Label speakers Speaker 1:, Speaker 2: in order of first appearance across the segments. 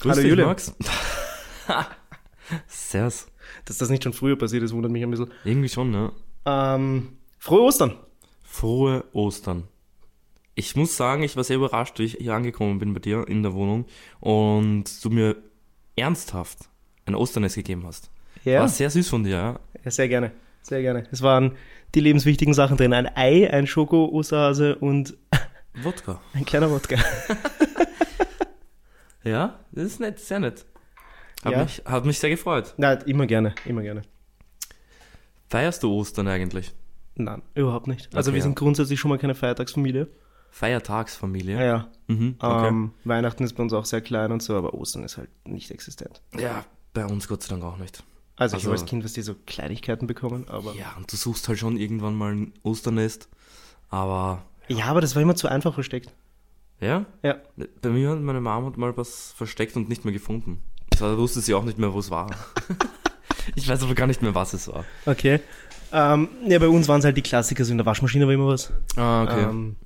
Speaker 1: Grüß
Speaker 2: Hallo
Speaker 1: dich,
Speaker 2: Julian.
Speaker 1: Max. Servus.
Speaker 2: Dass das nicht schon früher passiert ist, wundert mich ein bisschen.
Speaker 1: Irgendwie schon, ne?
Speaker 2: Ähm, frohe Ostern.
Speaker 1: Frohe Ostern. Ich muss sagen, ich war sehr überrascht, wie ich hier angekommen bin bei dir in der Wohnung und du mir ernsthaft ein Osternest gegeben hast.
Speaker 2: Ja,
Speaker 1: War sehr süß von dir, ja.
Speaker 2: ja, sehr gerne. Sehr gerne. Es waren die lebenswichtigen Sachen drin. Ein Ei, ein Schoko, Osterhase und
Speaker 1: Wodka.
Speaker 2: ein kleiner Wodka.
Speaker 1: Ja, das ist nett, sehr nett. Hat,
Speaker 2: Ja.
Speaker 1: mich, hat mich sehr gefreut.
Speaker 2: Nein, immer gerne, immer gerne.
Speaker 1: Feierst du Ostern eigentlich?
Speaker 2: Nein, überhaupt nicht. Also
Speaker 1: Okay,
Speaker 2: wir
Speaker 1: ja.
Speaker 2: sind grundsätzlich schon mal keine Feiertagsfamilie.
Speaker 1: Feiertagsfamilie?
Speaker 2: Ja, ja.
Speaker 1: Mhm, okay.
Speaker 2: Ähm, Weihnachten ist bei uns auch sehr klein und so, aber Ostern ist halt nicht existent.
Speaker 1: ja, bei uns Gott sei Dank auch nicht.
Speaker 2: Also, ich habe
Speaker 1: Also-
Speaker 2: als Kind was die so Kleinigkeiten bekommen, aber. Ja.
Speaker 1: Ja, und du suchst halt schon irgendwann mal ein Osternest, aber
Speaker 2: aber das war immer zu einfach versteckt.
Speaker 1: ja,
Speaker 2: Ja.
Speaker 1: Bei mir hat meine Mama hat mal was versteckt und nicht mehr gefunden. Da wusste sie auch nicht mehr, wo es war. ich weiß aber gar nicht mehr, was es war.
Speaker 2: Okay. Ähm, ja, bei uns waren es halt die Klassiker, so in der Waschmaschine war immer was.
Speaker 1: Ah,
Speaker 2: Ähm,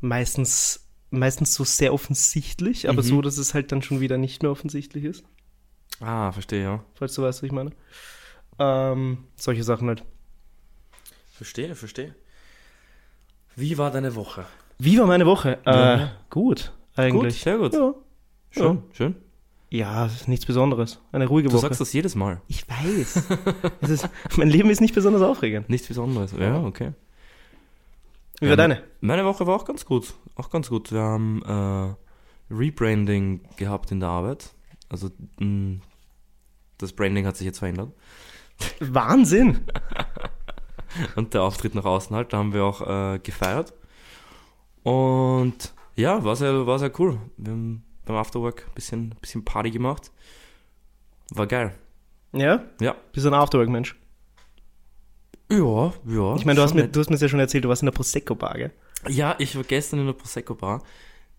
Speaker 2: meistens, meistens so sehr offensichtlich,
Speaker 1: Mhm.
Speaker 2: aber so, dass es halt dann schon wieder nicht mehr offensichtlich ist,
Speaker 1: ah, verstehe, ja.
Speaker 2: falls du weißt, was ich meine. Ähm, solche Sachen halt.
Speaker 1: Verstehe, verstehe. Wie war deine Woche?
Speaker 2: Wie war meine Woche? Äh,
Speaker 1: Ja.
Speaker 2: Gut, eigentlich.
Speaker 1: Gut, sehr gut.
Speaker 2: Ja.
Speaker 1: Schön, schön.
Speaker 2: ja, es ist nichts Besonderes. Eine ruhige
Speaker 1: Du
Speaker 2: Woche.
Speaker 1: sagst das jedes Mal.
Speaker 2: ich weiß. es ist, mein Leben ist nicht besonders aufregend.
Speaker 1: Nichts Besonderes. Ja, okay.
Speaker 2: Wie
Speaker 1: Ja, ne.
Speaker 2: war deine?
Speaker 1: Meine Woche war auch ganz gut. Auch ganz gut. Wir haben äh, Rebranding gehabt in der Arbeit. Also mh, das Branding hat sich jetzt verändert.
Speaker 2: Wahnsinn!
Speaker 1: Und der Auftritt nach außen halt, da haben wir auch äh, gefeiert. Und ja, war sehr, war sehr cool. Wir haben beim Afterwork ein bisschen, bisschen Party gemacht. War geil.
Speaker 2: Ja?
Speaker 1: Ja.
Speaker 2: Bist du ein Afterwork-Mensch?
Speaker 1: Ja, ja.
Speaker 2: Ich meine, du hast,
Speaker 1: schon
Speaker 2: mir, du hast mir das ja schon erzählt, du warst in der Prosecco-Bar, gell?
Speaker 1: nett. Ja, ich war gestern in der Prosecco Bar.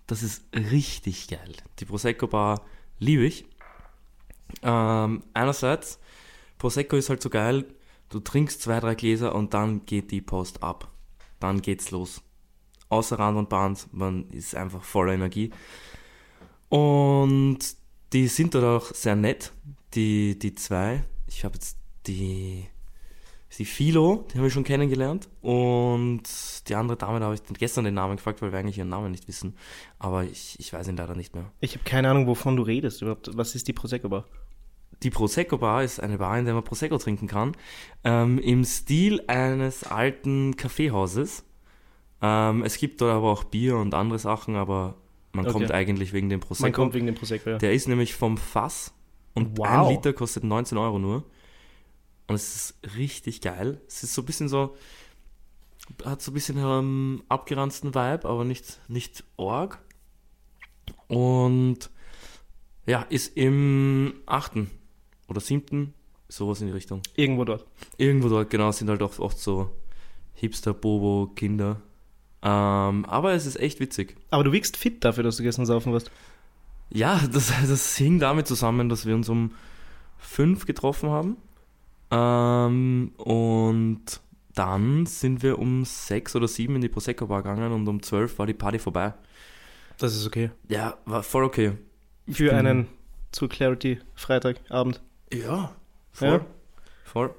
Speaker 1: Das ist richtig geil. Die Prosecco Bar liebe ich. Ähm, einerseits, Prosecco ist halt so geil, du trinkst zwei, drei Gläser und dann geht die Post ab. Dann geht's los. Außer Rand und Band, man ist einfach voller Energie. Und die sind dort auch sehr nett, die, die zwei. Ich habe jetzt die, die Philo, die haben wir schon kennengelernt. Und die andere Dame, da habe ich gestern den Namen gefragt, weil wir eigentlich ihren Namen nicht wissen. Aber ich, ich weiß ihn leider nicht mehr.
Speaker 2: Ich habe keine Ahnung, wovon du redest überhaupt. Was ist die Prosecco-Bar?
Speaker 1: Die Prosecco Bar ist eine Bar, in der man Prosecco trinken kann, ähm, im Stil eines alten Kaffeehauses. Ähm, es gibt dort aber auch Bier und andere Sachen, aber man
Speaker 2: Okay.
Speaker 1: kommt eigentlich wegen dem
Speaker 2: Man
Speaker 1: Prosecco.
Speaker 2: kommt wegen dem Prosecco, ja.
Speaker 1: Der ist nämlich vom Fass und
Speaker 2: Wow.
Speaker 1: ein Liter kostet 19 Euro nur. Und es ist richtig geil. Es ist so ein bisschen so, hat so ein bisschen ähm, abgeranzten Vibe, aber nicht, nicht org. Und ja, ist im 8. oder 7. sowas in die Richtung.
Speaker 2: Irgendwo dort.
Speaker 1: Irgendwo dort, genau, sind halt auch oft so Hipster, Bobo, Kinder. Ähm, aber es ist echt witzig.
Speaker 2: Aber du wirkst fit dafür, dass du gestern saufen warst.
Speaker 1: Ja, das, das hing damit zusammen, dass wir uns um fünf getroffen haben. Ähm, und dann sind wir um sechs oder sieben in die Prosecco Bar gegangen und um zwölf war die Party vorbei.
Speaker 2: Das ist okay.
Speaker 1: Ja, war voll okay.
Speaker 2: Für einen zur Clarity Freitagabend.
Speaker 1: Ja, voll.
Speaker 2: Ja.
Speaker 1: Voll.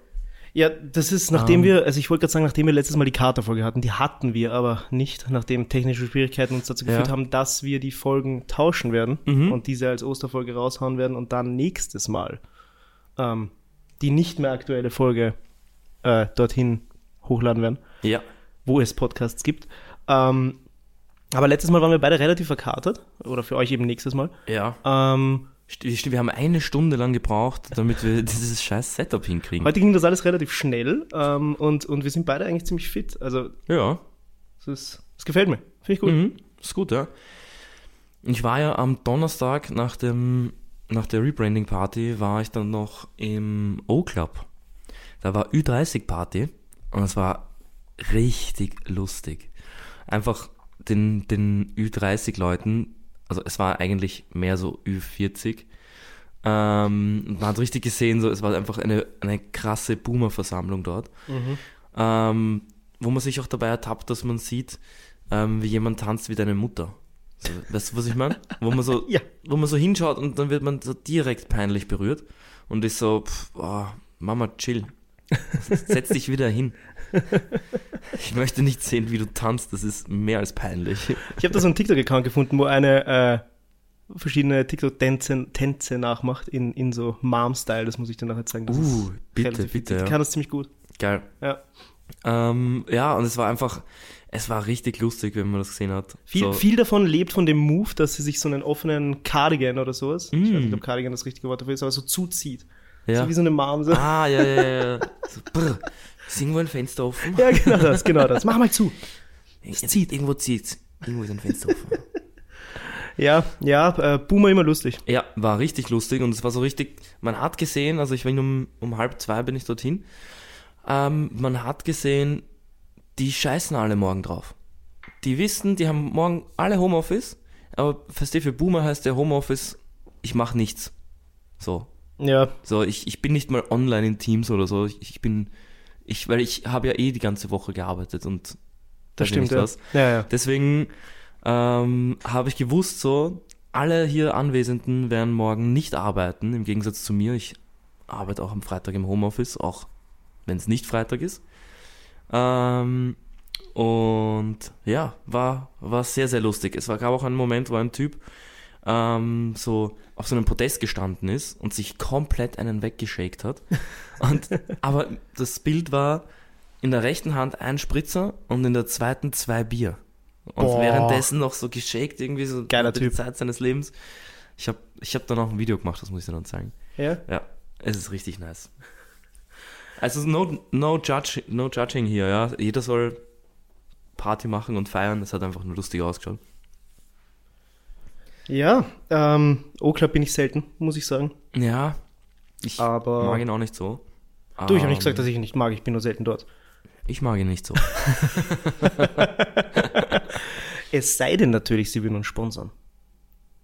Speaker 2: Ja, das ist, nachdem
Speaker 1: Ähm.
Speaker 2: wir, also ich wollte gerade sagen, nachdem wir letztes Mal die Katerfolge hatten, die hatten wir aber nicht, nachdem technische Schwierigkeiten uns dazu geführt
Speaker 1: Ja.
Speaker 2: haben, dass wir die Folgen tauschen werden
Speaker 1: Mhm.
Speaker 2: und diese als Osterfolge raushauen werden und dann nächstes Mal ähm, die nicht mehr aktuelle Folge äh, dorthin hochladen werden.
Speaker 1: Ja.
Speaker 2: wo es Podcasts gibt. Ähm, aber letztes Mal waren wir beide relativ verkatert, oder für euch eben nächstes Mal.
Speaker 1: Ja.
Speaker 2: Ähm,
Speaker 1: St- stimmt, Wir haben eine Stunde lang gebraucht, damit wir dieses scheiß Setup hinkriegen.
Speaker 2: heute ging das alles relativ schnell ähm, und, und wir sind beide eigentlich ziemlich fit. Also
Speaker 1: Ja.
Speaker 2: es, ist, es gefällt mir. Finde ich gut.
Speaker 1: Mhm, ist gut, ja. Ich war ja am Donnerstag nach, dem, nach der Rebranding-Party, war ich dann noch im O-Club. Da war Ü30-Party und es war richtig lustig. Einfach den, den Ü30-Leuten, also es war eigentlich mehr so Ü40, ähm, man hat richtig gesehen, so, es war einfach eine, eine krasse Boomer-Versammlung dort
Speaker 2: Mhm.
Speaker 1: ähm, wo man sich auch dabei ertappt, dass man sieht, ähm, wie jemand tanzt wie deine Mutter. Weißt du, was ich meine? Wo man so,
Speaker 2: Ja.
Speaker 1: wo man so hinschaut und dann wird man so direkt peinlich berührt und ist so, pff, oh, Mama, chill. Setz dich wieder hin. Ich möchte nicht sehen, wie du tanzt. Das ist mehr als peinlich.
Speaker 2: Ich habe da so einen TikTok-Account gefunden, wo eine äh, verschiedene TikTok-Tänze Tänze nachmacht in, in so Mom-Style. Das muss ich dir nachher zeigen. Das
Speaker 1: Uh,
Speaker 2: ist
Speaker 1: bitte,
Speaker 2: relativ
Speaker 1: bitte,
Speaker 2: witzig.
Speaker 1: ja.
Speaker 2: Die kann das ziemlich gut.
Speaker 1: Geil.
Speaker 2: Ja.
Speaker 1: Ähm, ja, und es war einfach, es war richtig lustig, wenn man das gesehen hat.
Speaker 2: Viel,
Speaker 1: so,
Speaker 2: viel davon lebt von dem Move, dass sie sich so einen offenen Cardigan oder sowas, ich weiß
Speaker 1: Mm.
Speaker 2: nicht, ob Cardigan das richtige Wort dafür ist, aber so zuzieht.
Speaker 1: ja.
Speaker 2: So wie so eine Mom. So.
Speaker 1: Ah, ja, ja, ja, ja. So, brr, ist irgendwo ein Fenster offen?
Speaker 2: Ja, genau das, genau das. Mach mal zu.
Speaker 1: Es zieht. Irgendwo zieht's. Irgendwo ist ein Fenster offen.
Speaker 2: Ja, ja, äh, Boomer immer lustig.
Speaker 1: Ja, war richtig lustig und es war so richtig, man hat gesehen, also ich bin um, um halb zwei bin ich dorthin, ähm, man hat gesehen, die scheißen alle morgen drauf. Die wissen, die haben morgen alle Homeoffice, aber verstehe für Boomer heißt der Homeoffice, ich mache nichts. So,
Speaker 2: Ja,
Speaker 1: so ich, ich bin nicht mal online in Teams oder so, ich, ich bin, ich, weil ich habe ja eh die ganze Woche gearbeitet und weiß ich
Speaker 2: das stimmt.
Speaker 1: nicht
Speaker 2: Ja.
Speaker 1: was.
Speaker 2: ja, ja.
Speaker 1: Deswegen ähm, habe ich gewusst, so, alle hier Anwesenden werden morgen nicht arbeiten, im Gegensatz zu mir. Ich arbeite auch am Freitag im Homeoffice, auch wenn es nicht Freitag ist. Ähm, und ja, war, war sehr, sehr lustig. Es war, gab auch einen Moment, wo ein Typ ähm, so auf so einem Podest gestanden ist und sich komplett einen weggeschakt hat. Und, aber das Bild war in der rechten Hand ein Spritzer und in der zweiten zwei Bier. Und
Speaker 2: Boah.
Speaker 1: währenddessen noch so geschakt, irgendwie so
Speaker 2: Geiler
Speaker 1: die
Speaker 2: Typ.
Speaker 1: Zeit seines Lebens. Ich habe ich hab dann auch ein Video gemacht, das muss ich dir dann zeigen.
Speaker 2: Ja.
Speaker 1: Ja, es ist richtig nice. Also no, no, judge, no judging hier, ja. Jeder soll Party machen und feiern, es hat einfach nur lustig ausgeschaut.
Speaker 2: Ja, ähm, O-Club bin ich selten, muss ich sagen.
Speaker 1: Ja, ich
Speaker 2: Aber-
Speaker 1: mag ihn auch nicht so.
Speaker 2: Du, ich habe
Speaker 1: Ähm,
Speaker 2: nicht gesagt, dass ich ihn nicht mag, ich bin nur selten dort.
Speaker 1: Ich mag ihn nicht so.
Speaker 2: Es sei denn natürlich, sie würden uns sponsern.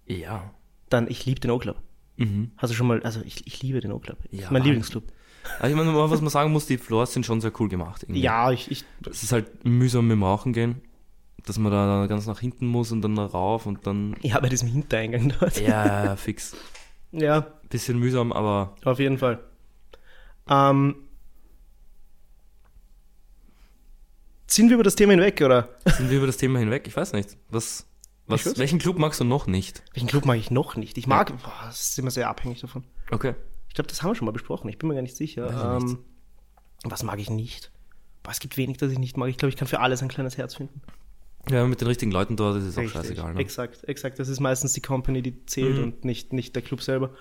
Speaker 1: ja.
Speaker 2: Dann, ich liebe den O-Club.
Speaker 1: Mhm.
Speaker 2: Hast du schon mal, also ich, ich liebe den O-Club.
Speaker 1: Ja,
Speaker 2: mein
Speaker 1: Wahnsinn.
Speaker 2: Lieblingsclub.
Speaker 1: Aber ich meine, was man sagen muss, die Floors sind schon sehr cool gemacht. irgendwie.
Speaker 2: Ja, ich, ich,
Speaker 1: Es ist halt mühsam mit dem Rauchen gehen, dass man da ganz nach hinten muss und dann da rauf und dann.
Speaker 2: ja, bei diesem Hintereingang dort.
Speaker 1: Ja, ja, ja, fix.
Speaker 2: ja
Speaker 1: Bisschen mühsam, aber
Speaker 2: auf jeden Fall. Ähm, sind wir über das Thema hinweg, oder?
Speaker 1: sind wir über das Thema hinweg? Ich weiß nicht. Was,
Speaker 2: Ich weiß.
Speaker 1: was, welchen Club magst du noch nicht?
Speaker 2: Welchen Club mag ich noch nicht? Ich mag, boah, das ist immer sehr abhängig davon.
Speaker 1: Okay.
Speaker 2: Ich glaube, das haben wir schon mal besprochen. Ich bin mir gar nicht sicher.
Speaker 1: Weiß ich
Speaker 2: Ähm, was mag ich nicht? Boah, es gibt wenig, das ich nicht mag. Ich glaube, ich kann für alles ein kleines Herz finden.
Speaker 1: Ja, mit den richtigen Leuten dort ist es auch
Speaker 2: Richtig.
Speaker 1: scheißegal. Ne?
Speaker 2: Exakt, exakt. Das ist meistens die Company, die zählt
Speaker 1: Mhm.
Speaker 2: und nicht, nicht der Club selber.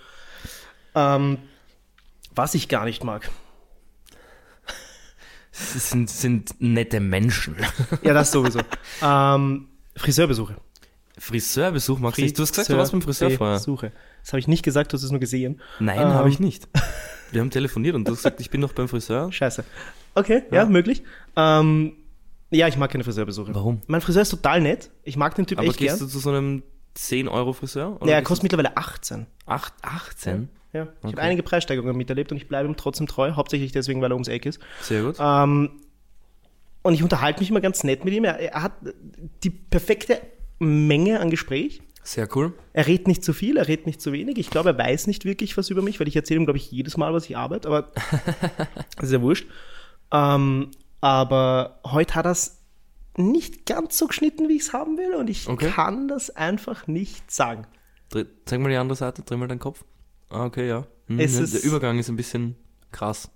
Speaker 2: Ähm, was ich gar nicht mag.
Speaker 1: Es sind, sind nette Menschen.
Speaker 2: Ja, das sowieso. ähm, Friseurbesuche.
Speaker 1: Friseurbesuch magst du nicht? Du hast gesagt, du warst beim Friseur vorher.
Speaker 2: Besuche. Das habe ich nicht gesagt, du hast es nur gesehen.
Speaker 1: Nein,
Speaker 2: Ähm.
Speaker 1: habe ich nicht. Wir haben telefoniert und du hast gesagt, ich bin noch beim Friseur.
Speaker 2: Scheiße. Okay, ja,
Speaker 1: Ja.
Speaker 2: möglich. Ähm, ja, ich mag keine Friseurbesuche.
Speaker 1: Warum?
Speaker 2: Mein Friseur ist total nett. Ich mag den Typ
Speaker 1: Aber
Speaker 2: echt
Speaker 1: gehst
Speaker 2: gern.
Speaker 1: du zu so einem 10-Euro-Friseur?
Speaker 2: Ja, er kostet mittlerweile 18.
Speaker 1: Acht, 18?
Speaker 2: Ja. Ich
Speaker 1: Okay.
Speaker 2: habe einige Preissteigerungen miterlebt und ich bleibe ihm trotzdem treu, hauptsächlich deswegen, weil er ums Eck ist.
Speaker 1: Sehr gut.
Speaker 2: Ähm, und ich unterhalte mich immer ganz nett mit ihm. Er, er hat die perfekte Menge an Gespräch.
Speaker 1: Sehr cool.
Speaker 2: Er redet nicht zu viel, er redet nicht zu wenig. Ich glaube, er weiß nicht wirklich was über mich, weil ich erzähle ihm, glaube ich, jedes Mal, was ich arbeite, aber das ist ja wurscht. Ähm, aber heute hat er es nicht ganz so geschnitten, wie ich es haben will, und ich
Speaker 1: Okay.
Speaker 2: kann das einfach nicht sagen.
Speaker 1: Dreh, zeig mal die andere Seite, dreh mal deinen Kopf. Ah, okay, ja. Hm,
Speaker 2: Es
Speaker 1: ja,
Speaker 2: ist-
Speaker 1: der Übergang ist ein bisschen krass.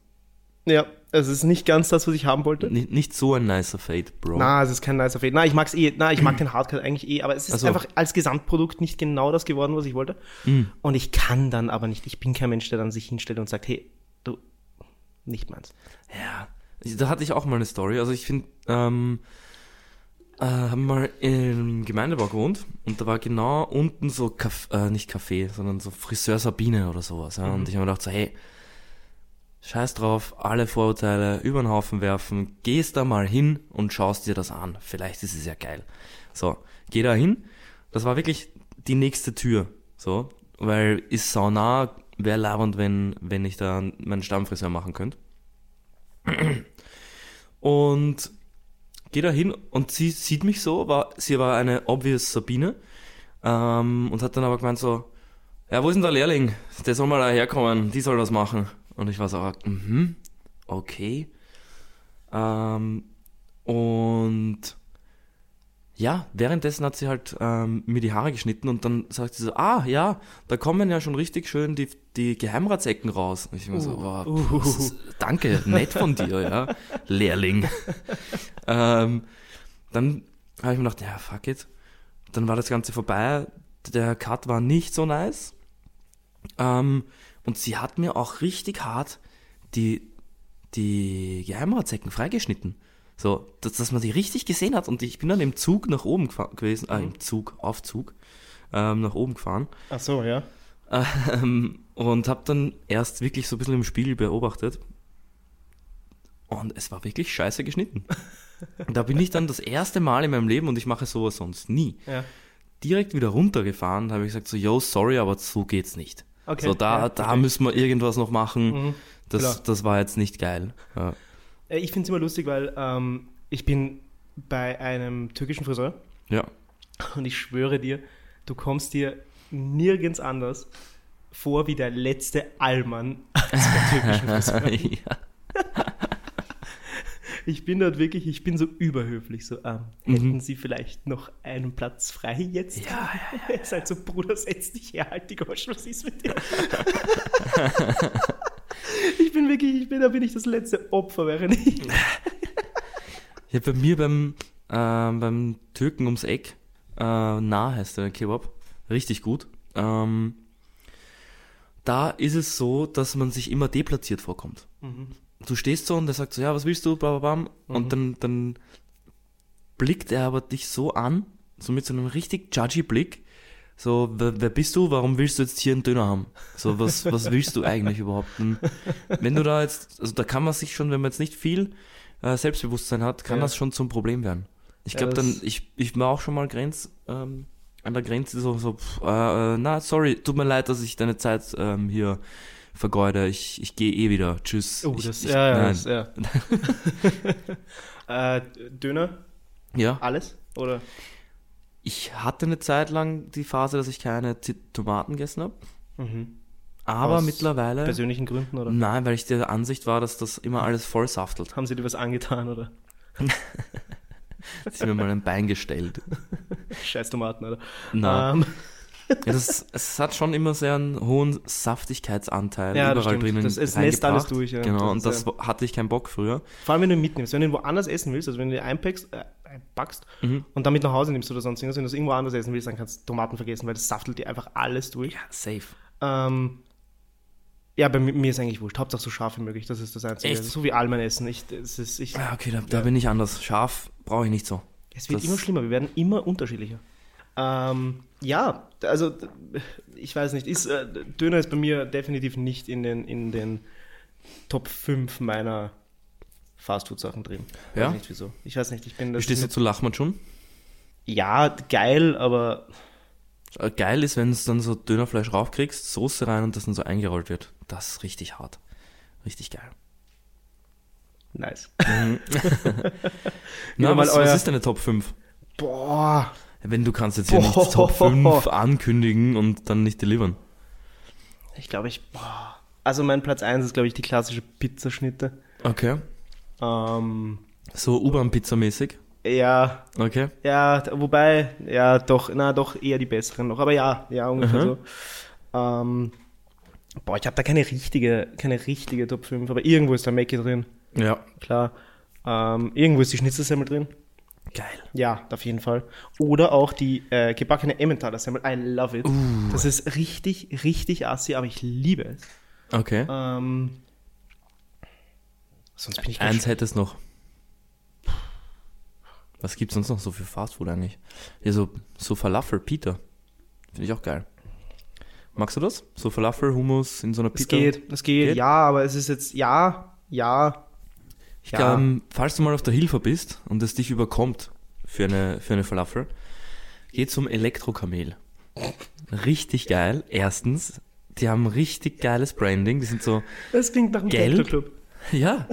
Speaker 2: Ja, es ist nicht ganz das, was ich haben wollte.
Speaker 1: Nicht, nicht so ein nicer Fade, Bro.
Speaker 2: Na, es ist kein nicer Fade. Na, ich mag's eh. Na, ich mag den Hardcut eigentlich eh, aber es ist
Speaker 1: Ach so.
Speaker 2: einfach als Gesamtprodukt nicht genau das geworden, was ich wollte.
Speaker 1: Mhm.
Speaker 2: Und ich kann dann aber nicht. Ich bin kein Mensch, der dann sich hinstellt und sagt, hey, du, nicht meins.
Speaker 1: Ja, da hatte ich auch mal eine Story. Also ich finde, ähm, äh, haben mal im Gemeindebau gewohnt und da war genau unten so, Caf äh, nicht Café, sondern so Friseur Sabine oder sowas. Ja? Und ich habe mir gedacht so, hey, scheiß drauf, alle Vorurteile über den Haufen werfen, gehst da mal hin und schaust dir das an. Vielleicht ist es ja geil. So, geh da hin. Das war wirklich die nächste Tür. So, weil ist saunah, wäre labernd, wenn, wenn ich da meinen Stammfriseur machen könnte. Und gehe da hin und sie sieht mich so, war, sie war eine obvious Sabine Ähm, und hat dann aber gemeint so, ja, wo ist denn der Lehrling? Der soll mal daherkommen, die soll das machen. Und ich war so, mhm, okay. Ähm, und ja, währenddessen hat sie halt ähm, mir die Haare geschnitten und dann sagt sie so, ah ja, da kommen ja schon richtig schön die, die Geheimratsecken raus. Und ich immer so, oh, puh, das ist, danke, nett von dir, ja, Lehrling. ähm, dann habe ich mir gedacht, ja, fuck it. Dann war das Ganze vorbei. Der Cut war nicht so nice. Ähm, und sie hat mir auch richtig hart die, die Geheimratsecken freigeschnitten. So, dass, dass man die richtig gesehen hat. Und ich bin dann im Zug nach oben gefahren gewesen, äh, im Zug, auf Zug, ähm, nach oben gefahren.
Speaker 2: Ach so, ja.
Speaker 1: Ähm, und habe dann erst wirklich so ein bisschen im Spiegel beobachtet. Und es war wirklich scheiße geschnitten. da bin ich dann das erste Mal in meinem Leben, und ich mache sowas sonst nie,
Speaker 2: ja.
Speaker 1: direkt wieder runtergefahren. Da habe ich gesagt so, yo, sorry, aber so geht's nicht.
Speaker 2: Okay,
Speaker 1: so, da,
Speaker 2: ja,
Speaker 1: da
Speaker 2: okay.
Speaker 1: müssen wir irgendwas noch machen.
Speaker 2: Mhm. klar.
Speaker 1: Das, das war jetzt nicht geil. Ja.
Speaker 2: Äh, Ich finde es immer lustig, weil ähm, ich bin bei einem türkischen Friseur
Speaker 1: ja.
Speaker 2: und ich schwöre dir, du kommst dir nirgends anders vor wie der letzte Allmann als beim türkischen Friseur.
Speaker 1: ja.
Speaker 2: Ich bin dort wirklich, ich bin so überhöflich, so, ähm, hätten Sie vielleicht noch einen Platz frei jetzt? Ja, ja, Ist halt so, Bruder, setz dich her, halt die Gosch, was ist mit dir? ich bin wirklich, ich bin, da bin ich das letzte Opfer, während ich...
Speaker 1: Ja, bei mir beim, ähm, beim Türken ums Eck, äh, nah heißt der Kebab, richtig gut. Ähm, da ist es so, dass man sich immer deplatziert vorkommt.
Speaker 2: Mhm.
Speaker 1: Du stehst so und der sagt so, ja, was willst du, bla bla bla. Und dann, dann blickt er aber dich so an, so mit so einem richtig judgy Blick. So, wer, wer bist du? Warum willst du jetzt hier einen Döner haben? So, was, was willst du eigentlich überhaupt? Und wenn du da jetzt, also da kann man sich schon, wenn man jetzt nicht viel äh, Selbstbewusstsein hat, kann
Speaker 2: Ja.
Speaker 1: das schon zum Problem werden. Ich
Speaker 2: Ja,
Speaker 1: glaube dann,
Speaker 2: das-
Speaker 1: ich, ich war auch schon mal Grenz, ähm, an der Grenze so, so pff, äh, äh, na, sorry, tut mir leid, dass ich deine Zeit ähm, hier vergeude. Ich, ich gehe eh wieder. Tschüss.
Speaker 2: Oh,
Speaker 1: ich,
Speaker 2: das,
Speaker 1: ich,
Speaker 2: ja, ja,
Speaker 1: nein.
Speaker 2: das, ja. äh, Döner,
Speaker 1: ja.
Speaker 2: alles? Oder?
Speaker 1: Ich hatte eine Zeit lang die Phase, dass ich keine Zit- Tomaten gegessen habe. Aber
Speaker 2: Aus
Speaker 1: mittlerweile.
Speaker 2: Äh? Persönlichen Gründen, oder?
Speaker 1: Nein, weil ich der Ansicht war, dass das immer alles voll saftelt.
Speaker 2: Haben sie dir was angetan, oder?
Speaker 1: Jetzt ist mir mal ein Bein gestellt.
Speaker 2: Scheiß Tomaten, oder?
Speaker 1: Na.
Speaker 2: Ähm,
Speaker 1: Ja, das, es hat schon immer sehr einen hohen Saftigkeitsanteil
Speaker 2: Ja, das
Speaker 1: überall
Speaker 2: stimmt.
Speaker 1: drinnen.
Speaker 2: Das- es lässt
Speaker 1: reingebracht.
Speaker 2: alles durch, ja.
Speaker 1: Genau,
Speaker 2: Das
Speaker 1: und
Speaker 2: ist
Speaker 1: das wo- hatte ich keinen Bock früher.
Speaker 2: Vor allem, wenn du ihn mitnimmst. Wenn du ihn woanders essen willst, also wenn du ihn einpackst, äh, einpackst
Speaker 1: Mhm.
Speaker 2: und damit nach Hause nimmst oder sonst irgendwas, wenn du es irgendwo anders essen willst, dann kannst du Tomaten vergessen, weil das saftelt dir einfach alles durch.
Speaker 1: Safe.
Speaker 2: Ähm, ja, bei mi- mir ist eigentlich wurscht. Hauptsache so scharf wie möglich, das ist das Einzige.
Speaker 1: Echt? Ah,
Speaker 2: Also so wie all mein Essen. Ich, es, ist, ich,
Speaker 1: Ja, okay, da, da bin ich anders. Scharf brauche ich nicht so.
Speaker 2: es wird
Speaker 1: das-
Speaker 2: immer schlimmer, wir werden immer unterschiedlicher. Ähm, ja, also d- ich weiß nicht, ist, äh, Döner ist bei mir definitiv nicht in den, in den Top 5 meiner Fastfood-Sachen drin.
Speaker 1: Ja?
Speaker 2: Weiß nicht wieso. Ich weiß nicht, ich bin
Speaker 1: Wie
Speaker 2: das.
Speaker 1: stehst du zu Lachmann schon?
Speaker 2: Ja, geil, aber
Speaker 1: Äh, Geil ist, wenn es dann so Dönerfleisch raufkriegst, Soße rein und das dann so eingerollt wird. Das ist richtig hart. Richtig geil.
Speaker 2: nice.
Speaker 1: Na,
Speaker 2: Wieder mal
Speaker 1: was,
Speaker 2: euer-
Speaker 1: was ist deine Top 5?
Speaker 2: Boah,
Speaker 1: Wenn du kannst jetzt hier
Speaker 2: Boah.
Speaker 1: nicht Top 5 ankündigen und dann nicht delivern.
Speaker 2: ich glaube, ich. Boah. Also mein Platz 1 ist, glaube ich, die klassische Pizzaschnitte.
Speaker 1: Okay.
Speaker 2: Ähm,
Speaker 1: So U-Bahn-Pizza-mäßig.
Speaker 2: ja,
Speaker 1: Okay.
Speaker 2: ja, d- wobei, ja, doch, na, doch eher die besseren noch. Aber ja, ja, ungefähr
Speaker 1: Mhm.
Speaker 2: so. Ähm, boah, ich habe da keine richtige, keine richtige Top 5, aber irgendwo ist der Mackie drin,
Speaker 1: Ja.
Speaker 2: klar. Ähm, irgendwo ist die Schnitzelsemmel drin.
Speaker 1: Geil.
Speaker 2: Ja, auf jeden Fall. Oder auch die äh, gebackene Emmentaler Semmel. I love it.
Speaker 1: Uh.
Speaker 2: Das ist richtig, richtig assi, aber ich liebe es.
Speaker 1: Okay.
Speaker 2: Ähm, sonst bin ich ganz
Speaker 1: Eins hätte es noch. Was gibt's sonst noch so für Fastfood eigentlich? Ja, so, so Falafel, Pita. Finde ich auch geil. Magst du das? So Falafel, Hummus in so einer
Speaker 2: Es
Speaker 1: Pita?
Speaker 2: geht, es geht,
Speaker 1: Geht?
Speaker 2: ja, aber es ist jetzt, ja, ja.
Speaker 1: Ich
Speaker 2: Ja.
Speaker 1: glaub, ähm, falls du mal auf der Hilfe bist und es dich überkommt für eine, für eine Falafel, geh zum Elektrokamel. Richtig geil. Erstens, die haben richtig geiles Branding. Die sind so,
Speaker 2: Das klingt nach einem
Speaker 1: Gell?
Speaker 2: Techno-Club.
Speaker 1: ja.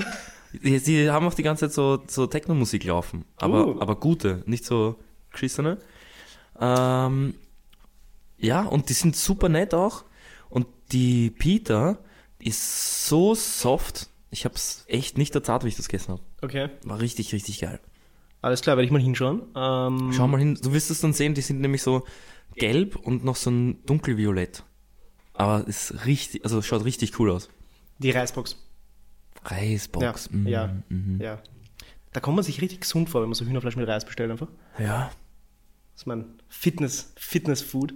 Speaker 1: Sie, sie haben auch die ganze Zeit so, so Techno-Musik laufen. Aber,
Speaker 2: Uh.
Speaker 1: aber gute, nicht so geschissene. Ähm, Ja, und die sind super nett auch. Und die Peter ist so soft. Ich hab's echt nicht erzart, wie ich das gegessen hab.
Speaker 2: Okay.
Speaker 1: War richtig, richtig geil.
Speaker 2: Alles klar, werde ich mal hinschauen. Ähm,
Speaker 1: Schau mal hin, du wirst es dann sehen, die sind nämlich so gelb und noch so ein dunkelviolett. Aber ist richtig, also schaut richtig cool aus.
Speaker 2: Die Reisbox.
Speaker 1: Reisbox. mhm.
Speaker 2: Ja, ja, ja. Da kommt man sich richtig gesund vor, wenn man so Hühnerfleisch mit Reis bestellt einfach.
Speaker 1: Ja.
Speaker 2: Das ist mein Fitness, Fitness-Food.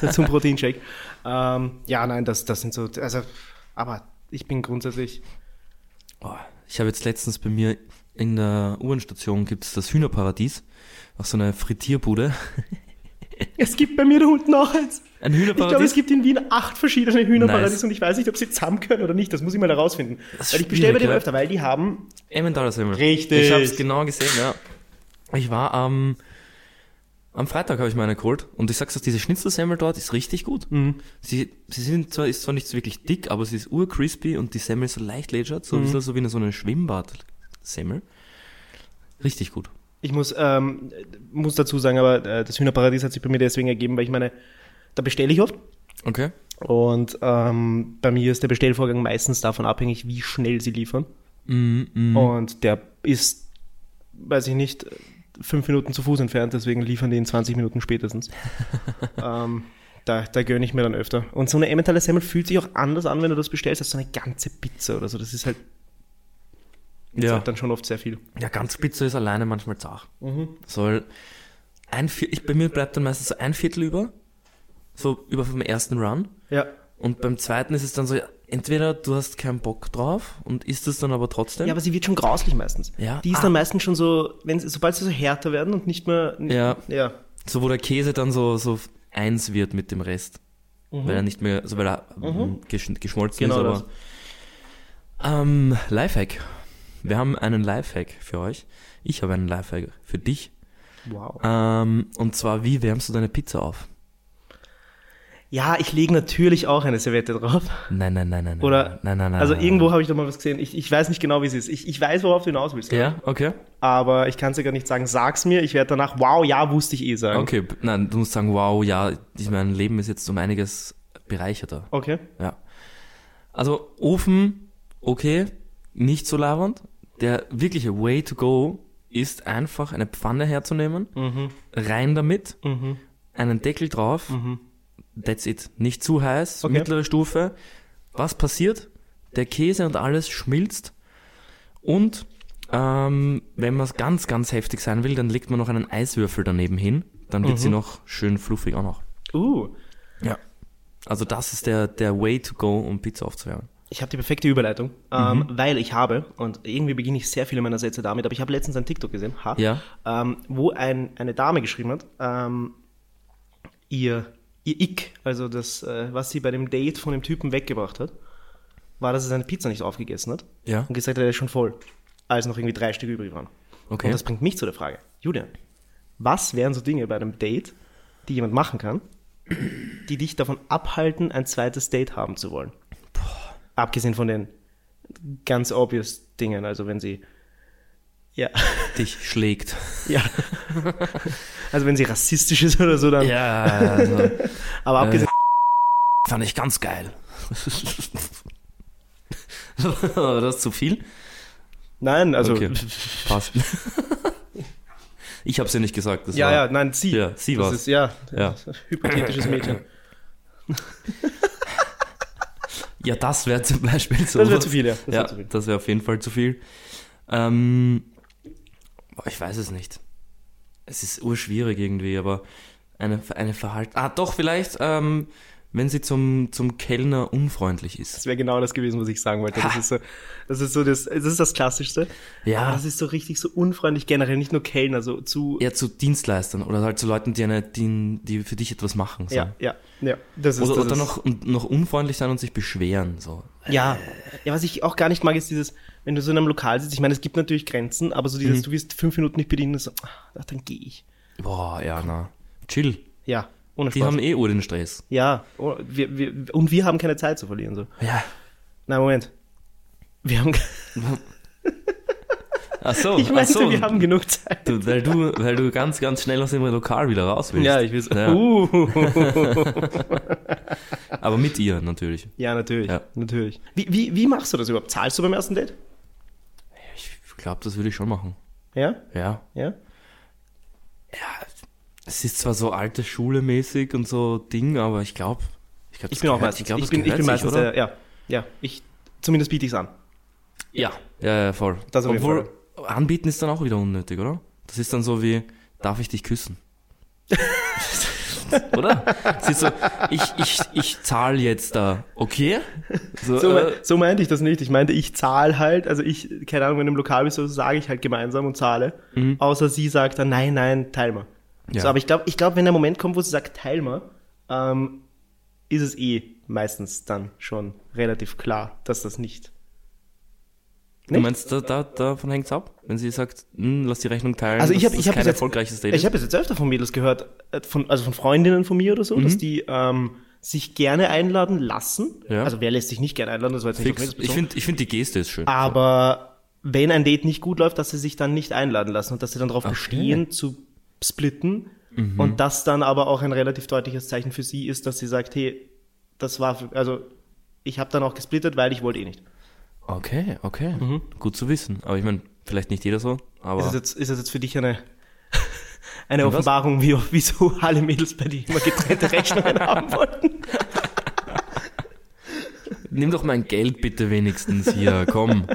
Speaker 2: Dazu ein Proteinshake. Ähm, ja, nein, das, das sind so, also, aber ich bin grundsätzlich,
Speaker 1: Oh, ich habe jetzt letztens bei mir in der U-Bahn-Station gibt es das Hühnerparadies. Auch so eine Frittierbude.
Speaker 2: es gibt bei mir da unten auch eins.
Speaker 1: Ein
Speaker 2: Ich glaube, es
Speaker 1: Hühnerparadies.
Speaker 2: gibt in Wien acht verschiedene Hühnerparadies
Speaker 1: Nice.
Speaker 2: und ich weiß nicht, ob sie zusammen können oder nicht. Das muss ich mal herausfinden.
Speaker 1: Das ist
Speaker 2: Weil ich bestelle
Speaker 1: schwierig,
Speaker 2: bei denen
Speaker 1: ja.
Speaker 2: öfter, weil die haben,
Speaker 1: Emmentaler Semmel.
Speaker 2: Richtig.
Speaker 1: Ich habe es genau gesehen, ja. Ich war am, am Freitag habe ich meine geholt und ich sag's dir, diese Schnitzelsemmel dort ist richtig gut. Sie, sie sind zwar, ist zwar nicht so wirklich dick, aber sie ist urcrispy und die Semmel ist so leicht lätschert, so, ein bisschen so wie eine, so eine Schwimmbad-Semmel. Richtig gut.
Speaker 2: ich muss, ähm, muss dazu sagen, aber äh, das Hühnerparadies hat sich bei mir deswegen ergeben, weil ich meine, da bestelle ich oft
Speaker 1: Okay.
Speaker 2: und ähm, bei mir ist der Bestellvorgang meistens davon abhängig, wie schnell sie liefern.
Speaker 1: Mm, mm.
Speaker 2: Und der ist, weiß ich nicht, fünf Minuten zu Fuß entfernt, deswegen liefern die in 20 Minuten spätestens. ähm, da, da gönne ich mir dann öfter. Und so eine Emmentaler Semmel fühlt sich auch anders an, wenn du das bestellst, als so eine ganze Pizza oder so. Das ist halt, ist
Speaker 1: Ja.
Speaker 2: halt dann schon oft sehr viel.
Speaker 1: Ja, ganz Pizza ist alleine manchmal zart. Soll ein Viertel, ich, bei mir bleibt dann meistens so ein Viertel über, so über vom ersten Run.
Speaker 2: Ja.
Speaker 1: Und beim zweiten ist es dann so, ja, entweder du hast keinen Bock drauf und isst es dann aber trotzdem.
Speaker 2: Ja, aber sie wird schon grauslich meistens.
Speaker 1: Ja.
Speaker 2: Die ist
Speaker 1: Ah.
Speaker 2: dann meistens schon so, wenn sie, sobald sie so härter werden und nicht mehr.
Speaker 1: Ah, Ja.
Speaker 2: ja.
Speaker 1: so wo der Käse dann so, so eins wird mit dem Rest. Weil er nicht mehr, also weil er ähm, gesch geschmolzen
Speaker 2: Mhm. Genau
Speaker 1: ist, aber. Ähm, Lifehack. Wir haben einen Lifehack für euch. Ich habe einen Lifehack für dich.
Speaker 2: Wow.
Speaker 1: Ähm, und zwar, wie wärmst du deine Pizza auf?
Speaker 2: Ja, ich lege natürlich auch eine Serviette drauf.
Speaker 1: Nein, nein, nein, nein. nein,
Speaker 2: Oder,
Speaker 1: nein, nein, nein.
Speaker 2: also
Speaker 1: nein,
Speaker 2: irgendwo habe ich doch mal was gesehen. Ich, ich weiß nicht genau, wie es ist. Ich, ich weiß, worauf du hinaus willst.
Speaker 1: Ja, okay.
Speaker 2: aber ich kann es dir gar nicht sagen. Sag's mir, ich werde danach, wow, ja, wusste ich eh sagen.
Speaker 1: Okay, b- nein, du musst sagen, wow, ja, ich- mein Leben ist jetzt um einiges bereicherter.
Speaker 2: Okay.
Speaker 1: Ja. Also Ofen, okay, nicht so labernd. Der wirkliche Way to go ist einfach eine Pfanne herzunehmen, rein damit, einen Deckel drauf, that's it. Nicht zu heiß,
Speaker 2: Okay.
Speaker 1: mittlere Stufe. Was passiert? Der Käse und alles schmilzt und ähm, wenn man es ganz, ganz heftig sein will, dann legt man noch einen Eiswürfel daneben hin. Dann wird sie noch schön fluffig auch noch.
Speaker 2: Uh,
Speaker 1: Ja. Also das ist der, der Way to go, um Pizza aufzuwärmen.
Speaker 2: ich habe die perfekte Überleitung, ähm,
Speaker 1: Mhm.
Speaker 2: weil ich habe, und irgendwie beginne ich sehr viele meiner Sätze damit, aber ich habe letztens ein TikTok gesehen, ha,
Speaker 1: Ja.
Speaker 2: ähm, wo ein, eine Dame geschrieben hat, ähm, ihr, ihr Ick, also das, äh, was sie bei dem Date von dem Typen weggebracht hat, war, dass er seine Pizza nicht aufgegessen hat
Speaker 1: Ja.
Speaker 2: und gesagt hat, er ist schon voll, als noch irgendwie drei Stück übrig waren.
Speaker 1: Okay.
Speaker 2: Und das bringt mich zu der Frage, Julian, was wären so Dinge bei einem Date, die jemand machen kann, die dich davon abhalten, ein zweites Date haben zu wollen? Abgesehen von den ganz obvious Dingen, also wenn sie ja,
Speaker 1: Dich schlägt.
Speaker 2: ja. Also wenn sie rassistisch ist oder so, dann.
Speaker 1: Ja, also,
Speaker 2: Aber abgesehen.
Speaker 1: fand ich ganz geil. War das zu viel?
Speaker 2: Nein, also.
Speaker 1: Okay, passt. Ich hab's ja nicht gesagt. Das
Speaker 2: Ja,
Speaker 1: war,
Speaker 2: ja, nein, sie.
Speaker 1: Ja, sie
Speaker 2: das
Speaker 1: war's.
Speaker 2: ist ja,
Speaker 1: Ja.
Speaker 2: hypothetisches Mädchen.
Speaker 1: ja, das wäre zum Beispiel so.
Speaker 2: Das wäre zu viel, ja. Das
Speaker 1: ja,
Speaker 2: wär zu viel.
Speaker 1: das wäre auf jeden Fall zu viel. Ähm, boah, ich weiß es nicht. Es ist urschwierig irgendwie, aber eine, eine Verhalten. Ah, doch, vielleicht, ähm, wenn sie zum, zum Kellner unfreundlich ist.
Speaker 2: Das wäre genau das gewesen, was ich sagen wollte. Das ist so, das ist so das, das ist das Klassischste.
Speaker 1: Ja.
Speaker 2: Aber das ist so richtig so unfreundlich generell, nicht nur Kellner, so zu.
Speaker 1: Eher zu Dienstleistern oder halt zu Leuten, die, eine, die, die für dich etwas machen. So.
Speaker 2: ja, ja, ja. Das ist,
Speaker 1: Oder,
Speaker 2: das
Speaker 1: oder
Speaker 2: ist,
Speaker 1: noch, und noch unfreundlich sein und sich beschweren. So.
Speaker 2: Ja.
Speaker 1: äh,
Speaker 2: Ja, was ich auch gar nicht mag, ist dieses, wenn du so in einem Lokal sitzt. Ich meine, es gibt natürlich Grenzen, aber so dieses,
Speaker 1: Mhm.
Speaker 2: du wirst fünf Minuten nicht bedient, so, ah, ach, dann gehe ich.
Speaker 1: Boah, ja, na. Chill.
Speaker 2: Ja, ohne
Speaker 1: Die
Speaker 2: Spaß.
Speaker 1: haben eh Uhr den Stress.
Speaker 2: ja, oh, wir, wir, und wir haben keine Zeit zu verlieren. So.
Speaker 1: Ja.
Speaker 2: Nein, Moment. Wir haben.
Speaker 1: Ach so,
Speaker 2: Ich meinte,
Speaker 1: Oh, ach so.
Speaker 2: wir haben genug Zeit.
Speaker 1: Du, weil, du, weil du ganz, ganz schnell aus dem Lokal wieder raus willst.
Speaker 2: ich will
Speaker 1: Ja.
Speaker 2: Uh.
Speaker 1: Aber mit ihr natürlich.
Speaker 2: ja, natürlich.
Speaker 1: Ja.
Speaker 2: natürlich. Wie, wie, wie machst du das überhaupt? Zahlst du beim ersten Date?
Speaker 1: Ich glaube, das würde ich schon machen.
Speaker 2: Ja?
Speaker 1: Ja.
Speaker 2: Ja?
Speaker 1: Es ist zwar so alte Schule mäßig und so Ding, aber ich glaube, ich glaube,
Speaker 2: Ich bin auch meistens.
Speaker 1: ich, glaub, das
Speaker 2: ich bin, ich
Speaker 1: gehört
Speaker 2: bin
Speaker 1: sich,
Speaker 2: meistens
Speaker 1: oder?
Speaker 2: der, ja. Ja, ich, zumindest biete ich es an.
Speaker 1: Ja. ja, ja, voll.
Speaker 2: Das auf jeden
Speaker 1: Obwohl, anbieten ist dann auch wieder unnötig, oder? Das ist dann so wie, darf ich dich küssen? oder? Es ist so, ich, ich, ich zahle jetzt da, okay? So,
Speaker 2: So,
Speaker 1: äh,
Speaker 2: mei- so meinte ich das nicht. Ich meinte, ich zahle halt, also ich, keine Ahnung, wenn du im Lokal bist, so sage ich halt gemeinsam und zahle. Außer sie sagt dann, nein, nein, teil mal.
Speaker 1: Mhm. Ja.
Speaker 2: So, aber ich glaube, ich glaub, wenn der Moment kommt, wo sie sagt, teil mal, ähm, ist es eh meistens dann schon relativ klar, dass das nicht.
Speaker 1: du meinst, da, da, davon hängt's ab? Wenn sie sagt, hm, lass die Rechnung teilen,
Speaker 2: Also ich
Speaker 1: dass
Speaker 2: habe ich
Speaker 1: das
Speaker 2: hab
Speaker 1: kein
Speaker 2: bis jetzt,
Speaker 1: erfolgreiches Date
Speaker 2: ich
Speaker 1: ist.
Speaker 2: habe jetzt öfter von Mädels gehört, äh, von, also von Freundinnen von mir oder so,
Speaker 1: Mhm.
Speaker 2: dass die ähm, sich gerne einladen lassen.
Speaker 1: Ja.
Speaker 2: Also wer lässt sich nicht gerne einladen? Das war jetzt nicht auf
Speaker 1: Fix.
Speaker 2: Mädels
Speaker 1: Ich
Speaker 2: bezogen.
Speaker 1: finde ich find die Geste ist schön.
Speaker 2: Aber wenn ein Date nicht gut läuft, dass sie sich dann nicht einladen lassen und dass sie dann darauf bestehen, zu splitten.
Speaker 1: Mhm.
Speaker 2: Und das dann aber auch ein relativ deutliches Zeichen für sie ist, dass sie sagt, hey, das war, für, also ich habe dann auch gesplittet, weil ich wollte eh nicht.
Speaker 1: Okay, okay. Gut zu wissen. Aber ich meine, vielleicht nicht jeder so, aber
Speaker 2: Mhm. Ist das jetzt, ist das jetzt für dich eine, eine
Speaker 1: Was?
Speaker 2: Offenbarung, wie, wieso alle Mädels bei dir immer getrennte Rechnungen haben wollten?
Speaker 1: nimm doch mein Geld bitte wenigstens hier, komm.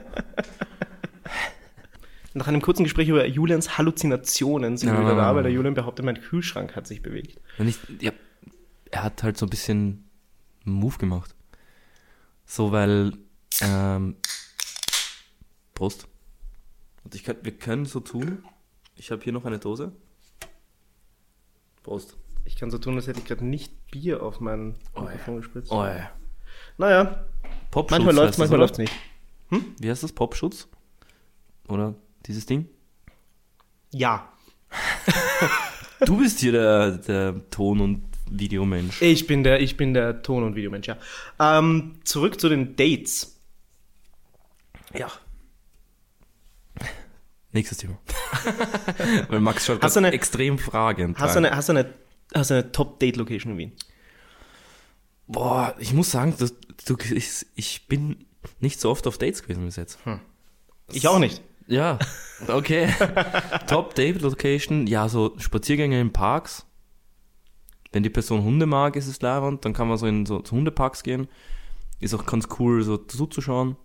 Speaker 2: Nach einem kurzen Gespräch über Julians Halluzinationen sind wir
Speaker 1: Ja.
Speaker 2: wieder da, weil der Julian behauptet, mein Kühlschrank hat sich bewegt.
Speaker 1: Wenn ich, ja, er hat halt so ein bisschen einen Move gemacht. So, weil, ähm, Prost. Und ich könnt, wir können so tun. Ich habe hier noch eine Dose. Prost.
Speaker 2: Ich kann so tun, als hätte ich gerade nicht Bier auf meinen
Speaker 1: Oh ja.
Speaker 2: Mikrofon gespritzt.
Speaker 1: Oh, ja.
Speaker 2: Naja,
Speaker 1: Popschutz
Speaker 2: manchmal
Speaker 1: heißt das,
Speaker 2: läuft manchmal
Speaker 1: oder?
Speaker 2: läuft nicht.
Speaker 1: Wie heißt das? Popschutz? Oder dieses Ding?
Speaker 2: Ja,
Speaker 1: Du bist hier der, der Ton- und Videomensch.
Speaker 2: ich bin der, ich bin der Ton- und Videomensch, ja. Ähm, zurück zu den Dates.
Speaker 1: Ja. Nächstes Thema. Weil Max schaut
Speaker 2: Hast
Speaker 1: grad
Speaker 2: du eine-
Speaker 1: extrem fragend.
Speaker 2: Hast
Speaker 1: rein.
Speaker 2: du eine, hast du eine, hast du eine Top-Date-Location in Wien?
Speaker 1: Boah, ich muss sagen, das, du, ich, ich bin nicht so oft auf Dates gewesen bis jetzt.
Speaker 2: Ich auch nicht.
Speaker 1: Ja, okay. Top Date Location, ja, so Spaziergänge in Parks. Wenn die Person Hunde mag, ist es leibend, dann kann man so in so zu Hundeparks gehen. Ist auch ganz cool, so zuzuschauen.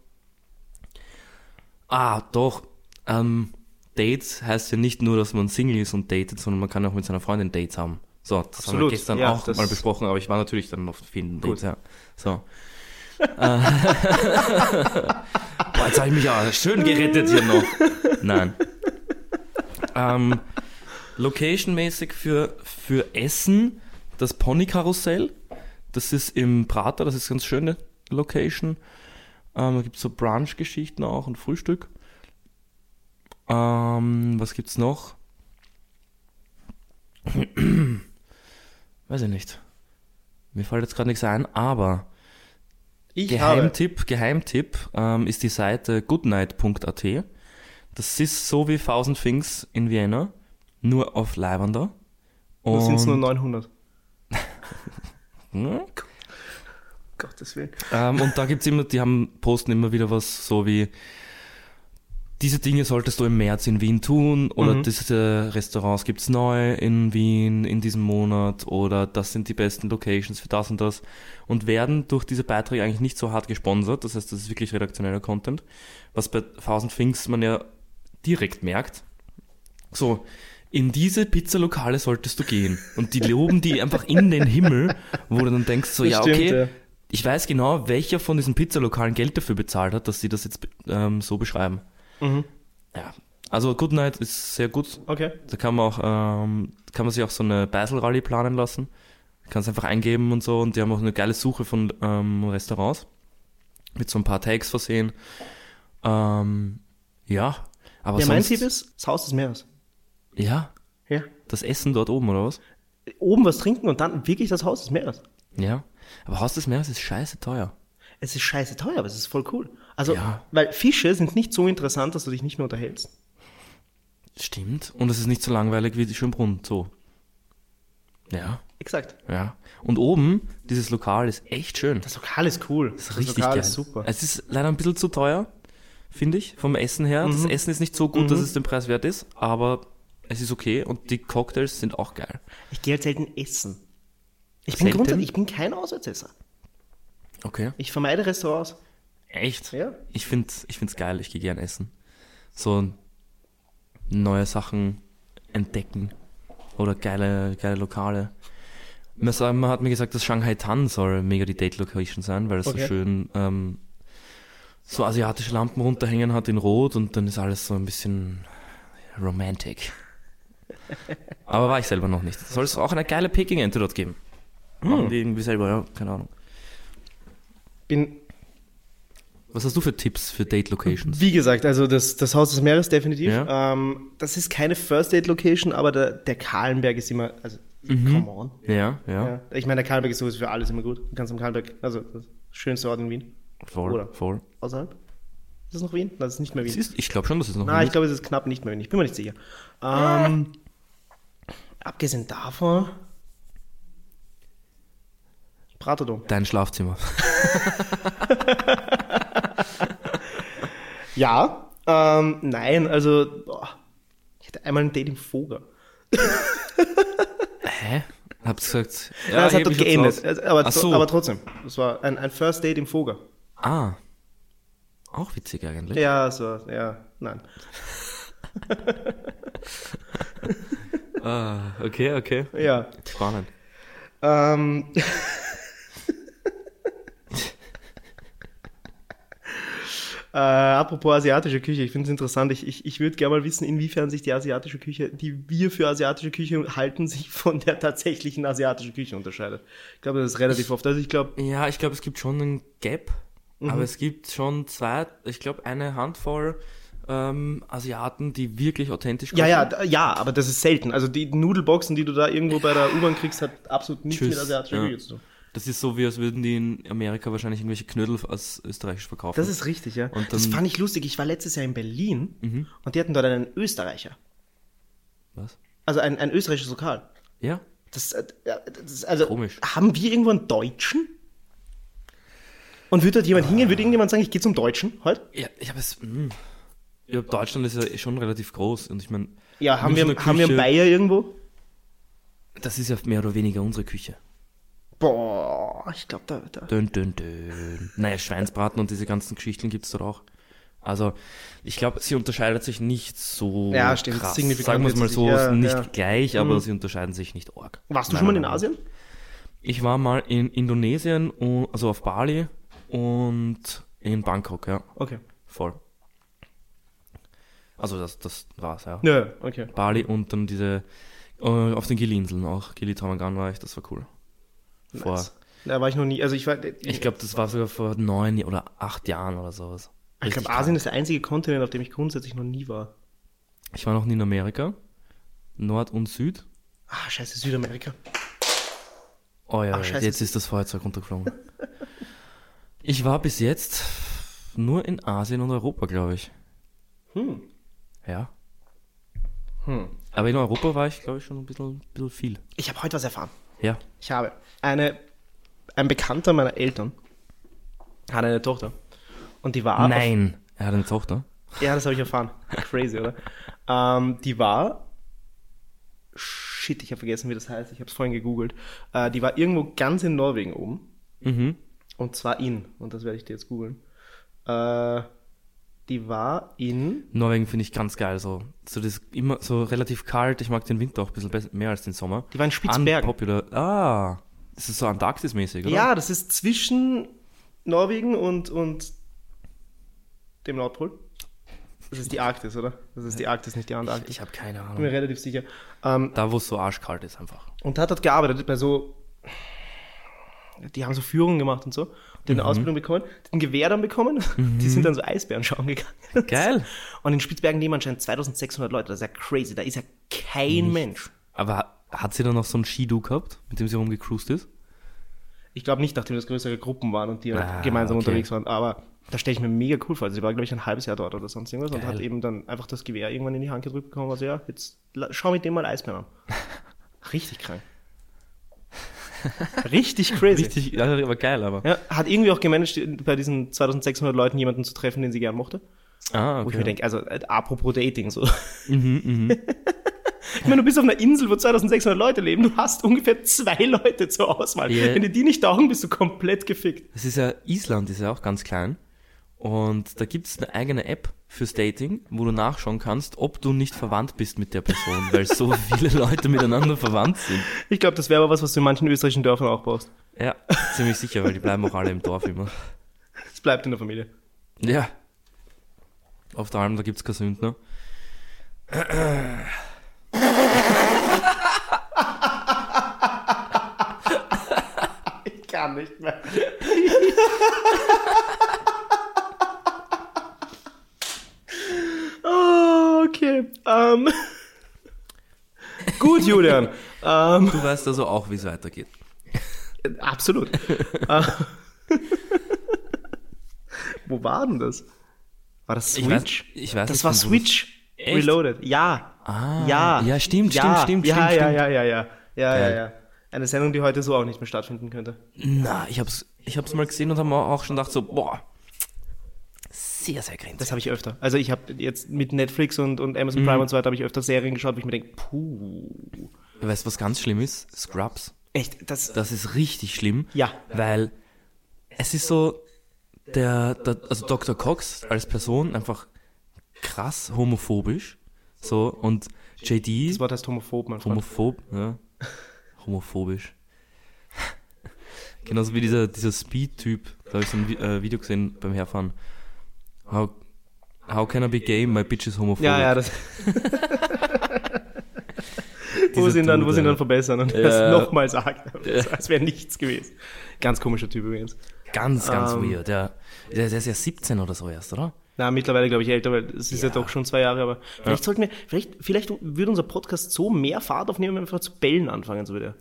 Speaker 1: Ah, doch. Ähm, Dates heißt ja nicht nur, dass man Single ist und datet, sondern man kann auch mit seiner Freundin Dates haben. So, das haben wir
Speaker 2: Absolut,
Speaker 1: gestern
Speaker 2: ja,
Speaker 1: auch
Speaker 2: das-
Speaker 1: mal besprochen, aber ich war natürlich dann auf vielen
Speaker 2: Gut.
Speaker 1: Dates, ja. So. Äh, Boah, jetzt habe ich mich aber schön gerettet hier noch. Nein. Ähm, Location-mäßig für, für Essen das Pony-Karussell. Das ist im Prater, das ist ganz schöne Location. Ähm, da gibt es so Brunch-Geschichten auch und Frühstück. Ähm, was gibt's noch? Weiß ich nicht. Mir fällt jetzt gerade nichts ein, aber
Speaker 2: Ich habe.
Speaker 1: Geheimtipp, Geheimtipp ähm, ist die Seite goodnight.at. Das ist so wie Thousand Things in Vienna, nur auf Leibender.
Speaker 2: Nur sind es nur
Speaker 1: Und- hm?
Speaker 2: 900.
Speaker 1: Ja.
Speaker 2: Gottes Willen.
Speaker 1: Ähm, und da gibt's immer, die haben posten immer wieder was so wie diese Dinge solltest du im März in Wien tun oder
Speaker 2: Mhm.
Speaker 1: diese Restaurants gibt's neu in Wien in diesem Monat oder das sind die besten Locations für das und das und werden durch diese Beiträge eigentlich nicht so hart gesponsert. Das heißt, das ist wirklich redaktioneller Content, was bei 1000 Things man ja direkt merkt. So, in diese Pizzalokale solltest du gehen und die loben die einfach in den Himmel, wo du dann denkst so,
Speaker 2: Das
Speaker 1: ja
Speaker 2: stimmt,
Speaker 1: okay,
Speaker 2: ja.
Speaker 1: ich weiß genau, welcher von diesen Pizzalokalen Geld dafür bezahlt hat, dass sie das jetzt ähm, so beschreiben.
Speaker 2: Mhm.
Speaker 1: Ja. Also Good Night ist sehr gut.
Speaker 2: Okay.
Speaker 1: Da kann man auch, ähm, kann man sich auch so eine Basel-Rallye planen lassen. Kannst einfach eingeben und so und die haben auch eine geile Suche von ähm, Restaurants. Mit so ein paar Tags versehen. Ähm, ja. Aber
Speaker 2: Der mein
Speaker 1: sonst,
Speaker 2: Tipp ist, das Haus des Meeres.
Speaker 1: Ja.
Speaker 2: Ja.
Speaker 1: Das Essen dort oben, oder was?
Speaker 2: Oben was trinken und dann wirklich das Haus des Meeres.
Speaker 1: Ja. Aber Haus des Meeres ist scheiße teuer.
Speaker 2: Es ist scheiße teuer, aber es ist voll cool. Also,
Speaker 1: Ja.
Speaker 2: weil Fische sind nicht so interessant, dass du dich nicht mehr unterhältst.
Speaker 1: Stimmt. Und es ist nicht so langweilig wie die Schönbrunn. So. Ja,
Speaker 2: Exakt.
Speaker 1: ja. Und oben, dieses Lokal ist echt schön.
Speaker 2: Das Lokal ist cool. Das,
Speaker 1: ist richtig
Speaker 2: Lokal
Speaker 1: geil. Also
Speaker 2: ist super.
Speaker 1: Es ist leider ein bisschen zu teuer, finde ich, vom Essen her.
Speaker 2: Mhm.
Speaker 1: Das Essen ist nicht so gut, dass es den Preis wert ist, aber es ist okay und die Cocktails sind auch geil.
Speaker 2: Ich gehe halt selten essen. Ich bin
Speaker 1: Selten?
Speaker 2: grundsätzlich, ich bin kein Auswärtsesser.
Speaker 1: Okay.
Speaker 2: Ich vermeide Restaurants.
Speaker 1: Echt?
Speaker 2: Ja.
Speaker 1: Ich finde ich find's geil, ich gehe gern essen. So neue Sachen entdecken oder geile, geile Lokale. Man sa- man hat mir gesagt, dass Shanghai Tan soll mega die Date-Location sein, weil es
Speaker 2: Okay.
Speaker 1: so schön ähm, so asiatische Lampen runterhängen hat in Rot und dann ist alles so ein bisschen romantic. Aber war ich selber noch nicht. Soll es auch eine geile Peking-Ente dort geben? Machen die irgendwie selber, ja, keine Ahnung.
Speaker 2: Bin,
Speaker 1: Was hast du für Tipps für Date-Locations?
Speaker 2: wie gesagt, also das, das Haus des Meeres definitiv.
Speaker 1: Ja.
Speaker 2: Ähm, das ist keine First-Date-Location, aber der, der Kahlenberg ist immer, also,
Speaker 1: Mhm.
Speaker 2: come on.
Speaker 1: Ja, ja.
Speaker 2: Ja. Ich meine, der Kahlenberg ist sowieso für alles immer gut. Du kannst am Kahlenberg, also das schönste Ort in Wien.
Speaker 1: Voll,
Speaker 2: Oder?
Speaker 1: voll.
Speaker 2: Außerhalb? Ist es noch Wien? Nein, das ist nicht mehr Wien.
Speaker 1: Es ist, ich glaube schon, dass es noch
Speaker 2: Na,
Speaker 1: Nein,
Speaker 2: ich glaube, es ist knapp nicht mehr, ich bin mir nicht sicher.
Speaker 1: Ah.
Speaker 2: Ähm, abgesehen davon. Bratodom.
Speaker 1: Dein Schlafzimmer.
Speaker 2: Ja, ähm, nein, also. Boah, ich hatte einmal ein Date im Foger.
Speaker 1: Hä? Hab's gesagt. Ja,
Speaker 2: Nein, es
Speaker 1: heb
Speaker 2: hat dort
Speaker 1: mich jetzt
Speaker 2: geendet.
Speaker 1: raus.
Speaker 2: Also, Aber,
Speaker 1: Ach
Speaker 2: tro-
Speaker 1: so.
Speaker 2: aber trotzdem, es war ein, ein First Date im Foger.
Speaker 1: Ah. Auch witzig eigentlich.
Speaker 2: Ja, so, ja, nein.
Speaker 1: Ah, okay, okay.
Speaker 2: Ja.
Speaker 1: Spannend.
Speaker 2: Ähm. äh, apropos asiatische Küche, ich finde es interessant. Ich, ich, ich würde gerne mal wissen, inwiefern sich die asiatische Küche, die wir für asiatische Küche halten, sich von der tatsächlichen asiatischen Küche unterscheidet. Ich glaube, das ist relativ oft. Also ich glaube,
Speaker 1: Ja, ich glaube, es gibt schon einen Gap,
Speaker 2: Mhm.
Speaker 1: aber es gibt schon zwei, ich glaube, eine Handvoll ähm, Asiaten, die wirklich authentisch
Speaker 2: ja, ja,
Speaker 1: kochen.
Speaker 2: d- ja, aber das ist selten. Also die Nudelboxen, die du da irgendwo bei der U-Bahn kriegst, hat absolut nichts
Speaker 1: Tschüss.
Speaker 2: mit asiatischer
Speaker 1: Ja.
Speaker 2: Küche zu tun.
Speaker 1: Das ist so, wie als würden die in Amerika wahrscheinlich irgendwelche Knödel als österreichisch verkaufen.
Speaker 2: Das ist richtig, ja.
Speaker 1: Und
Speaker 2: das
Speaker 1: dann- Mhm.
Speaker 2: fand ich lustig. Ich war letztes Jahr in Berlin und die hatten dort einen Österreicher.
Speaker 1: Was?
Speaker 2: Also ein, ein österreichisches Lokal.
Speaker 1: Ja?
Speaker 2: Das, äh, ja, das ist also
Speaker 1: Komisch.
Speaker 2: haben wir irgendwo einen Deutschen? Und würde dort
Speaker 1: Ah.
Speaker 2: jemand hingehen, würde irgendjemand sagen, ich gehe zum Deutschen Halt? heute?
Speaker 1: Ja, ich habe es. mm. Ja, Deutschland ist ja eh schon relativ groß und ich meine.
Speaker 2: Ja, haben wir,
Speaker 1: Münchner
Speaker 2: haben wir einen
Speaker 1: Küche,
Speaker 2: Bayer irgendwo?
Speaker 1: Das ist ja mehr oder weniger unsere Küche.
Speaker 2: Boah, ich glaube, da, da.
Speaker 1: Dön, dön, dön. Naja, Schweinsbraten und diese ganzen Geschichten gibt's dort auch. Also, ich glaube, sie unterscheidet sich nicht so
Speaker 2: Ja, stimmt,
Speaker 1: krass.
Speaker 2: signifikant
Speaker 1: Sagen wir es mal
Speaker 2: jetzt
Speaker 1: so,
Speaker 2: nicht. Ja,
Speaker 1: nicht
Speaker 2: ja. Mhm.
Speaker 1: gleich, aber sie unterscheiden sich nicht arg.
Speaker 2: Warst du
Speaker 1: Meiner
Speaker 2: schon mal
Speaker 1: Meinung
Speaker 2: in
Speaker 1: nach.
Speaker 2: Asien?
Speaker 1: Ich war mal in Indonesien, und- also auf Bali und in Bangkok, ja,
Speaker 2: Okay.
Speaker 1: voll. Also das, das war's, ja.
Speaker 2: Nö, okay.
Speaker 1: Bali und dann diese, äh, auf den Gili-Inseln auch. Gili Tamangan war ich, das war cool. Vor,
Speaker 2: Nice. Da war ich noch nie. Also ich war. Ich,
Speaker 1: Ich glaube, das war sogar vor neun oder acht Jahren oder sowas.
Speaker 2: glaube, Asien ist der einzige Kontinent, auf dem ich grundsätzlich noch nie war.
Speaker 1: Ich war noch nie in Amerika. Nord und Süd.
Speaker 2: Ah, scheiße, Südamerika.
Speaker 1: Oh ja,
Speaker 2: Ach, scheiße.
Speaker 1: jetzt ist das Feuerzeug runtergeflogen. ich war bis jetzt nur in Asien und Europa, glaube ich.
Speaker 2: Hm.
Speaker 1: Ja.
Speaker 2: Hm.
Speaker 1: Aber in Europa war ich, glaube ich, schon ein bisschen, ein bisschen viel.
Speaker 2: Ich habe heute was erfahren.
Speaker 1: Ja.
Speaker 2: Ich habe eine, ein Bekannter meiner Eltern hat eine Tochter. Und die war auf
Speaker 1: Nein. Er hat eine Tochter.
Speaker 2: Ja, das habe ich erfahren. Crazy, oder? Ähm, die war. Shit, ich habe vergessen, wie das heißt. Ich habe es vorhin gegoogelt. Äh, die war irgendwo ganz in Norwegen oben.
Speaker 1: Mhm.
Speaker 2: Und zwar in. Und das werde ich dir jetzt googeln. Äh, die war in.
Speaker 1: Norwegen finde ich ganz geil. So, so das ist immer so relativ kalt. Ich mag den Winter auch ein bisschen besser, mehr als den Sommer.
Speaker 2: Die war in Spitzbergen.
Speaker 1: Unpopular. Ah. Das ist so Antarktis-mäßig, oder?
Speaker 2: Ja, das ist zwischen Norwegen und, und dem Nordpol. Das ist die Arktis, oder? Das ist die Arktis, nicht die Antarktis.
Speaker 1: Ich habe keine
Speaker 2: Ich bin
Speaker 1: Ahnung.
Speaker 2: mir relativ sicher. Ähm,
Speaker 1: Da, wo es so arschkalt ist, einfach.
Speaker 2: und hat dort gearbeitet bei so. Die haben so Führungen gemacht und so. Die
Speaker 1: Mhm.
Speaker 2: haben eine Ausbildung bekommen, die haben ein Gewehr dann bekommen. Die sind dann so Eisbären schauen gegangen.
Speaker 1: Geil.
Speaker 2: Und in Spitzbergen leben anscheinend 2600 Leute. Das ist ja crazy. Da ist ja kein Mensch.
Speaker 1: Aber hat sie dann noch so einen Skidu gehabt, mit dem sie rumgecruised ist?
Speaker 2: Ich glaube nicht, nachdem das größere Gruppen waren und die halt
Speaker 1: Ah,
Speaker 2: gemeinsam
Speaker 1: okay.
Speaker 2: unterwegs waren. Aber Da stelle ich mir mega cool vor. Also sie war, glaube ich, ein halbes Jahr dort oder sonst irgendwas und
Speaker 1: Geil.
Speaker 2: hat eben dann einfach das Gewehr irgendwann in die Hand gedrückt bekommen. Also ja, jetzt la- schau mit dem mal Eisbären an. Richtig krank. Richtig crazy.
Speaker 1: Richtig, ja, aber geil, aber.
Speaker 2: Ja, hat irgendwie auch gemanagt, bei diesen 2600 Leuten jemanden zu treffen, den sie gern mochte.
Speaker 1: Ah,
Speaker 2: Wo ich
Speaker 1: okay.
Speaker 2: mir denke, also äh, apropos Dating so. ich meine, du bist auf einer Insel, wo 2600 Leute leben. Du hast ungefähr zwei Leute zur Auswahl.
Speaker 1: Ja.
Speaker 2: Wenn dir die nicht taugen, bist du komplett gefickt.
Speaker 1: Das ist ja, Island ist ja auch ganz klein. Und da gibt es eine eigene App fürs Dating, wo du nachschauen kannst, ob du nicht verwandt bist mit der Person, weil so viele Leute miteinander verwandt sind.
Speaker 2: Ich glaube, das wäre aber was, was du in manchen österreichischen Dörfern auch brauchst.
Speaker 1: Ja, ziemlich sicher, weil die bleiben auch alle im Dorf immer.
Speaker 2: Es bleibt in der Familie.
Speaker 1: Ja. Auf der Alm, da gibt's kein Sündner.
Speaker 2: Ich kann nicht mehr. oh, okay. Ähm. Gut, Julian. Ähm.
Speaker 1: Du weißt also auch, wie es weitergeht.
Speaker 2: Absolut. Äh, Wo war denn das? War das
Speaker 1: Ich weiß-
Speaker 2: Switch?
Speaker 1: ich weiß
Speaker 2: das
Speaker 1: nicht,
Speaker 2: war
Speaker 1: von wo das-
Speaker 2: Switch
Speaker 1: Echt?
Speaker 2: Reloaded. Ja.
Speaker 1: Ah,
Speaker 2: ja.
Speaker 1: ja, stimmt,
Speaker 2: ja.
Speaker 1: stimmt, stimmt,
Speaker 2: ja,
Speaker 1: stimmt,
Speaker 2: Ja,
Speaker 1: stimmt.
Speaker 2: ja, ja, ja. Ja, ja,
Speaker 1: Geil.
Speaker 2: ja. Eine Sendung, die heute so auch nicht mehr stattfinden könnte.
Speaker 1: Na, ich hab's, ich hab's mal gesehen und haben auch schon gedacht so, boah, sehr, sehr grenzwertig.
Speaker 2: Das habe ich öfter. Also ich habe jetzt mit Netflix und, und Amazon Prime und so weiter habe ich öfter Serien geschaut, wo ich mir denke, puh.
Speaker 1: Weißt du, was ganz schlimm ist? Scrubs.
Speaker 2: Echt, das,
Speaker 1: Das ist richtig schlimm.
Speaker 2: Ja.
Speaker 1: Weil es ist so, der, der also Dr. Cox als Person einfach krass homophobisch. So, und JD
Speaker 2: das Wort heißt homophob, mein Freund.
Speaker 1: homophob, ja. Homophobisch. Genauso wie dieser, dieser Speed-Typ. Da habe ich so ein Vi- äh, Video gesehen beim Herfahren. How, how can I be gay? My bitch is homophobic.
Speaker 2: Ja, ja, das. wo
Speaker 1: Dieser
Speaker 2: sie ihn dann,
Speaker 1: Dude,
Speaker 2: wo sie ihn dann
Speaker 1: Alter.
Speaker 2: verbessern und das
Speaker 1: Ja.
Speaker 2: nochmal sagt. Als wäre nichts gewesen. Ganz komischer Typ übrigens.
Speaker 1: Ganz, ganz
Speaker 2: Ähm.
Speaker 1: weird. Ja. Der, der ist ja 17 oder so erst, oder?
Speaker 2: Na, mittlerweile glaube ich älter, weil es ist ja.
Speaker 1: Ja.
Speaker 2: doch schon zwei Jahre, aber vielleicht sollten wir, vielleicht, vielleicht würde unser Podcast so mehr Fahrt aufnehmen, wenn wir einfach zu bellen anfangen, so wieder.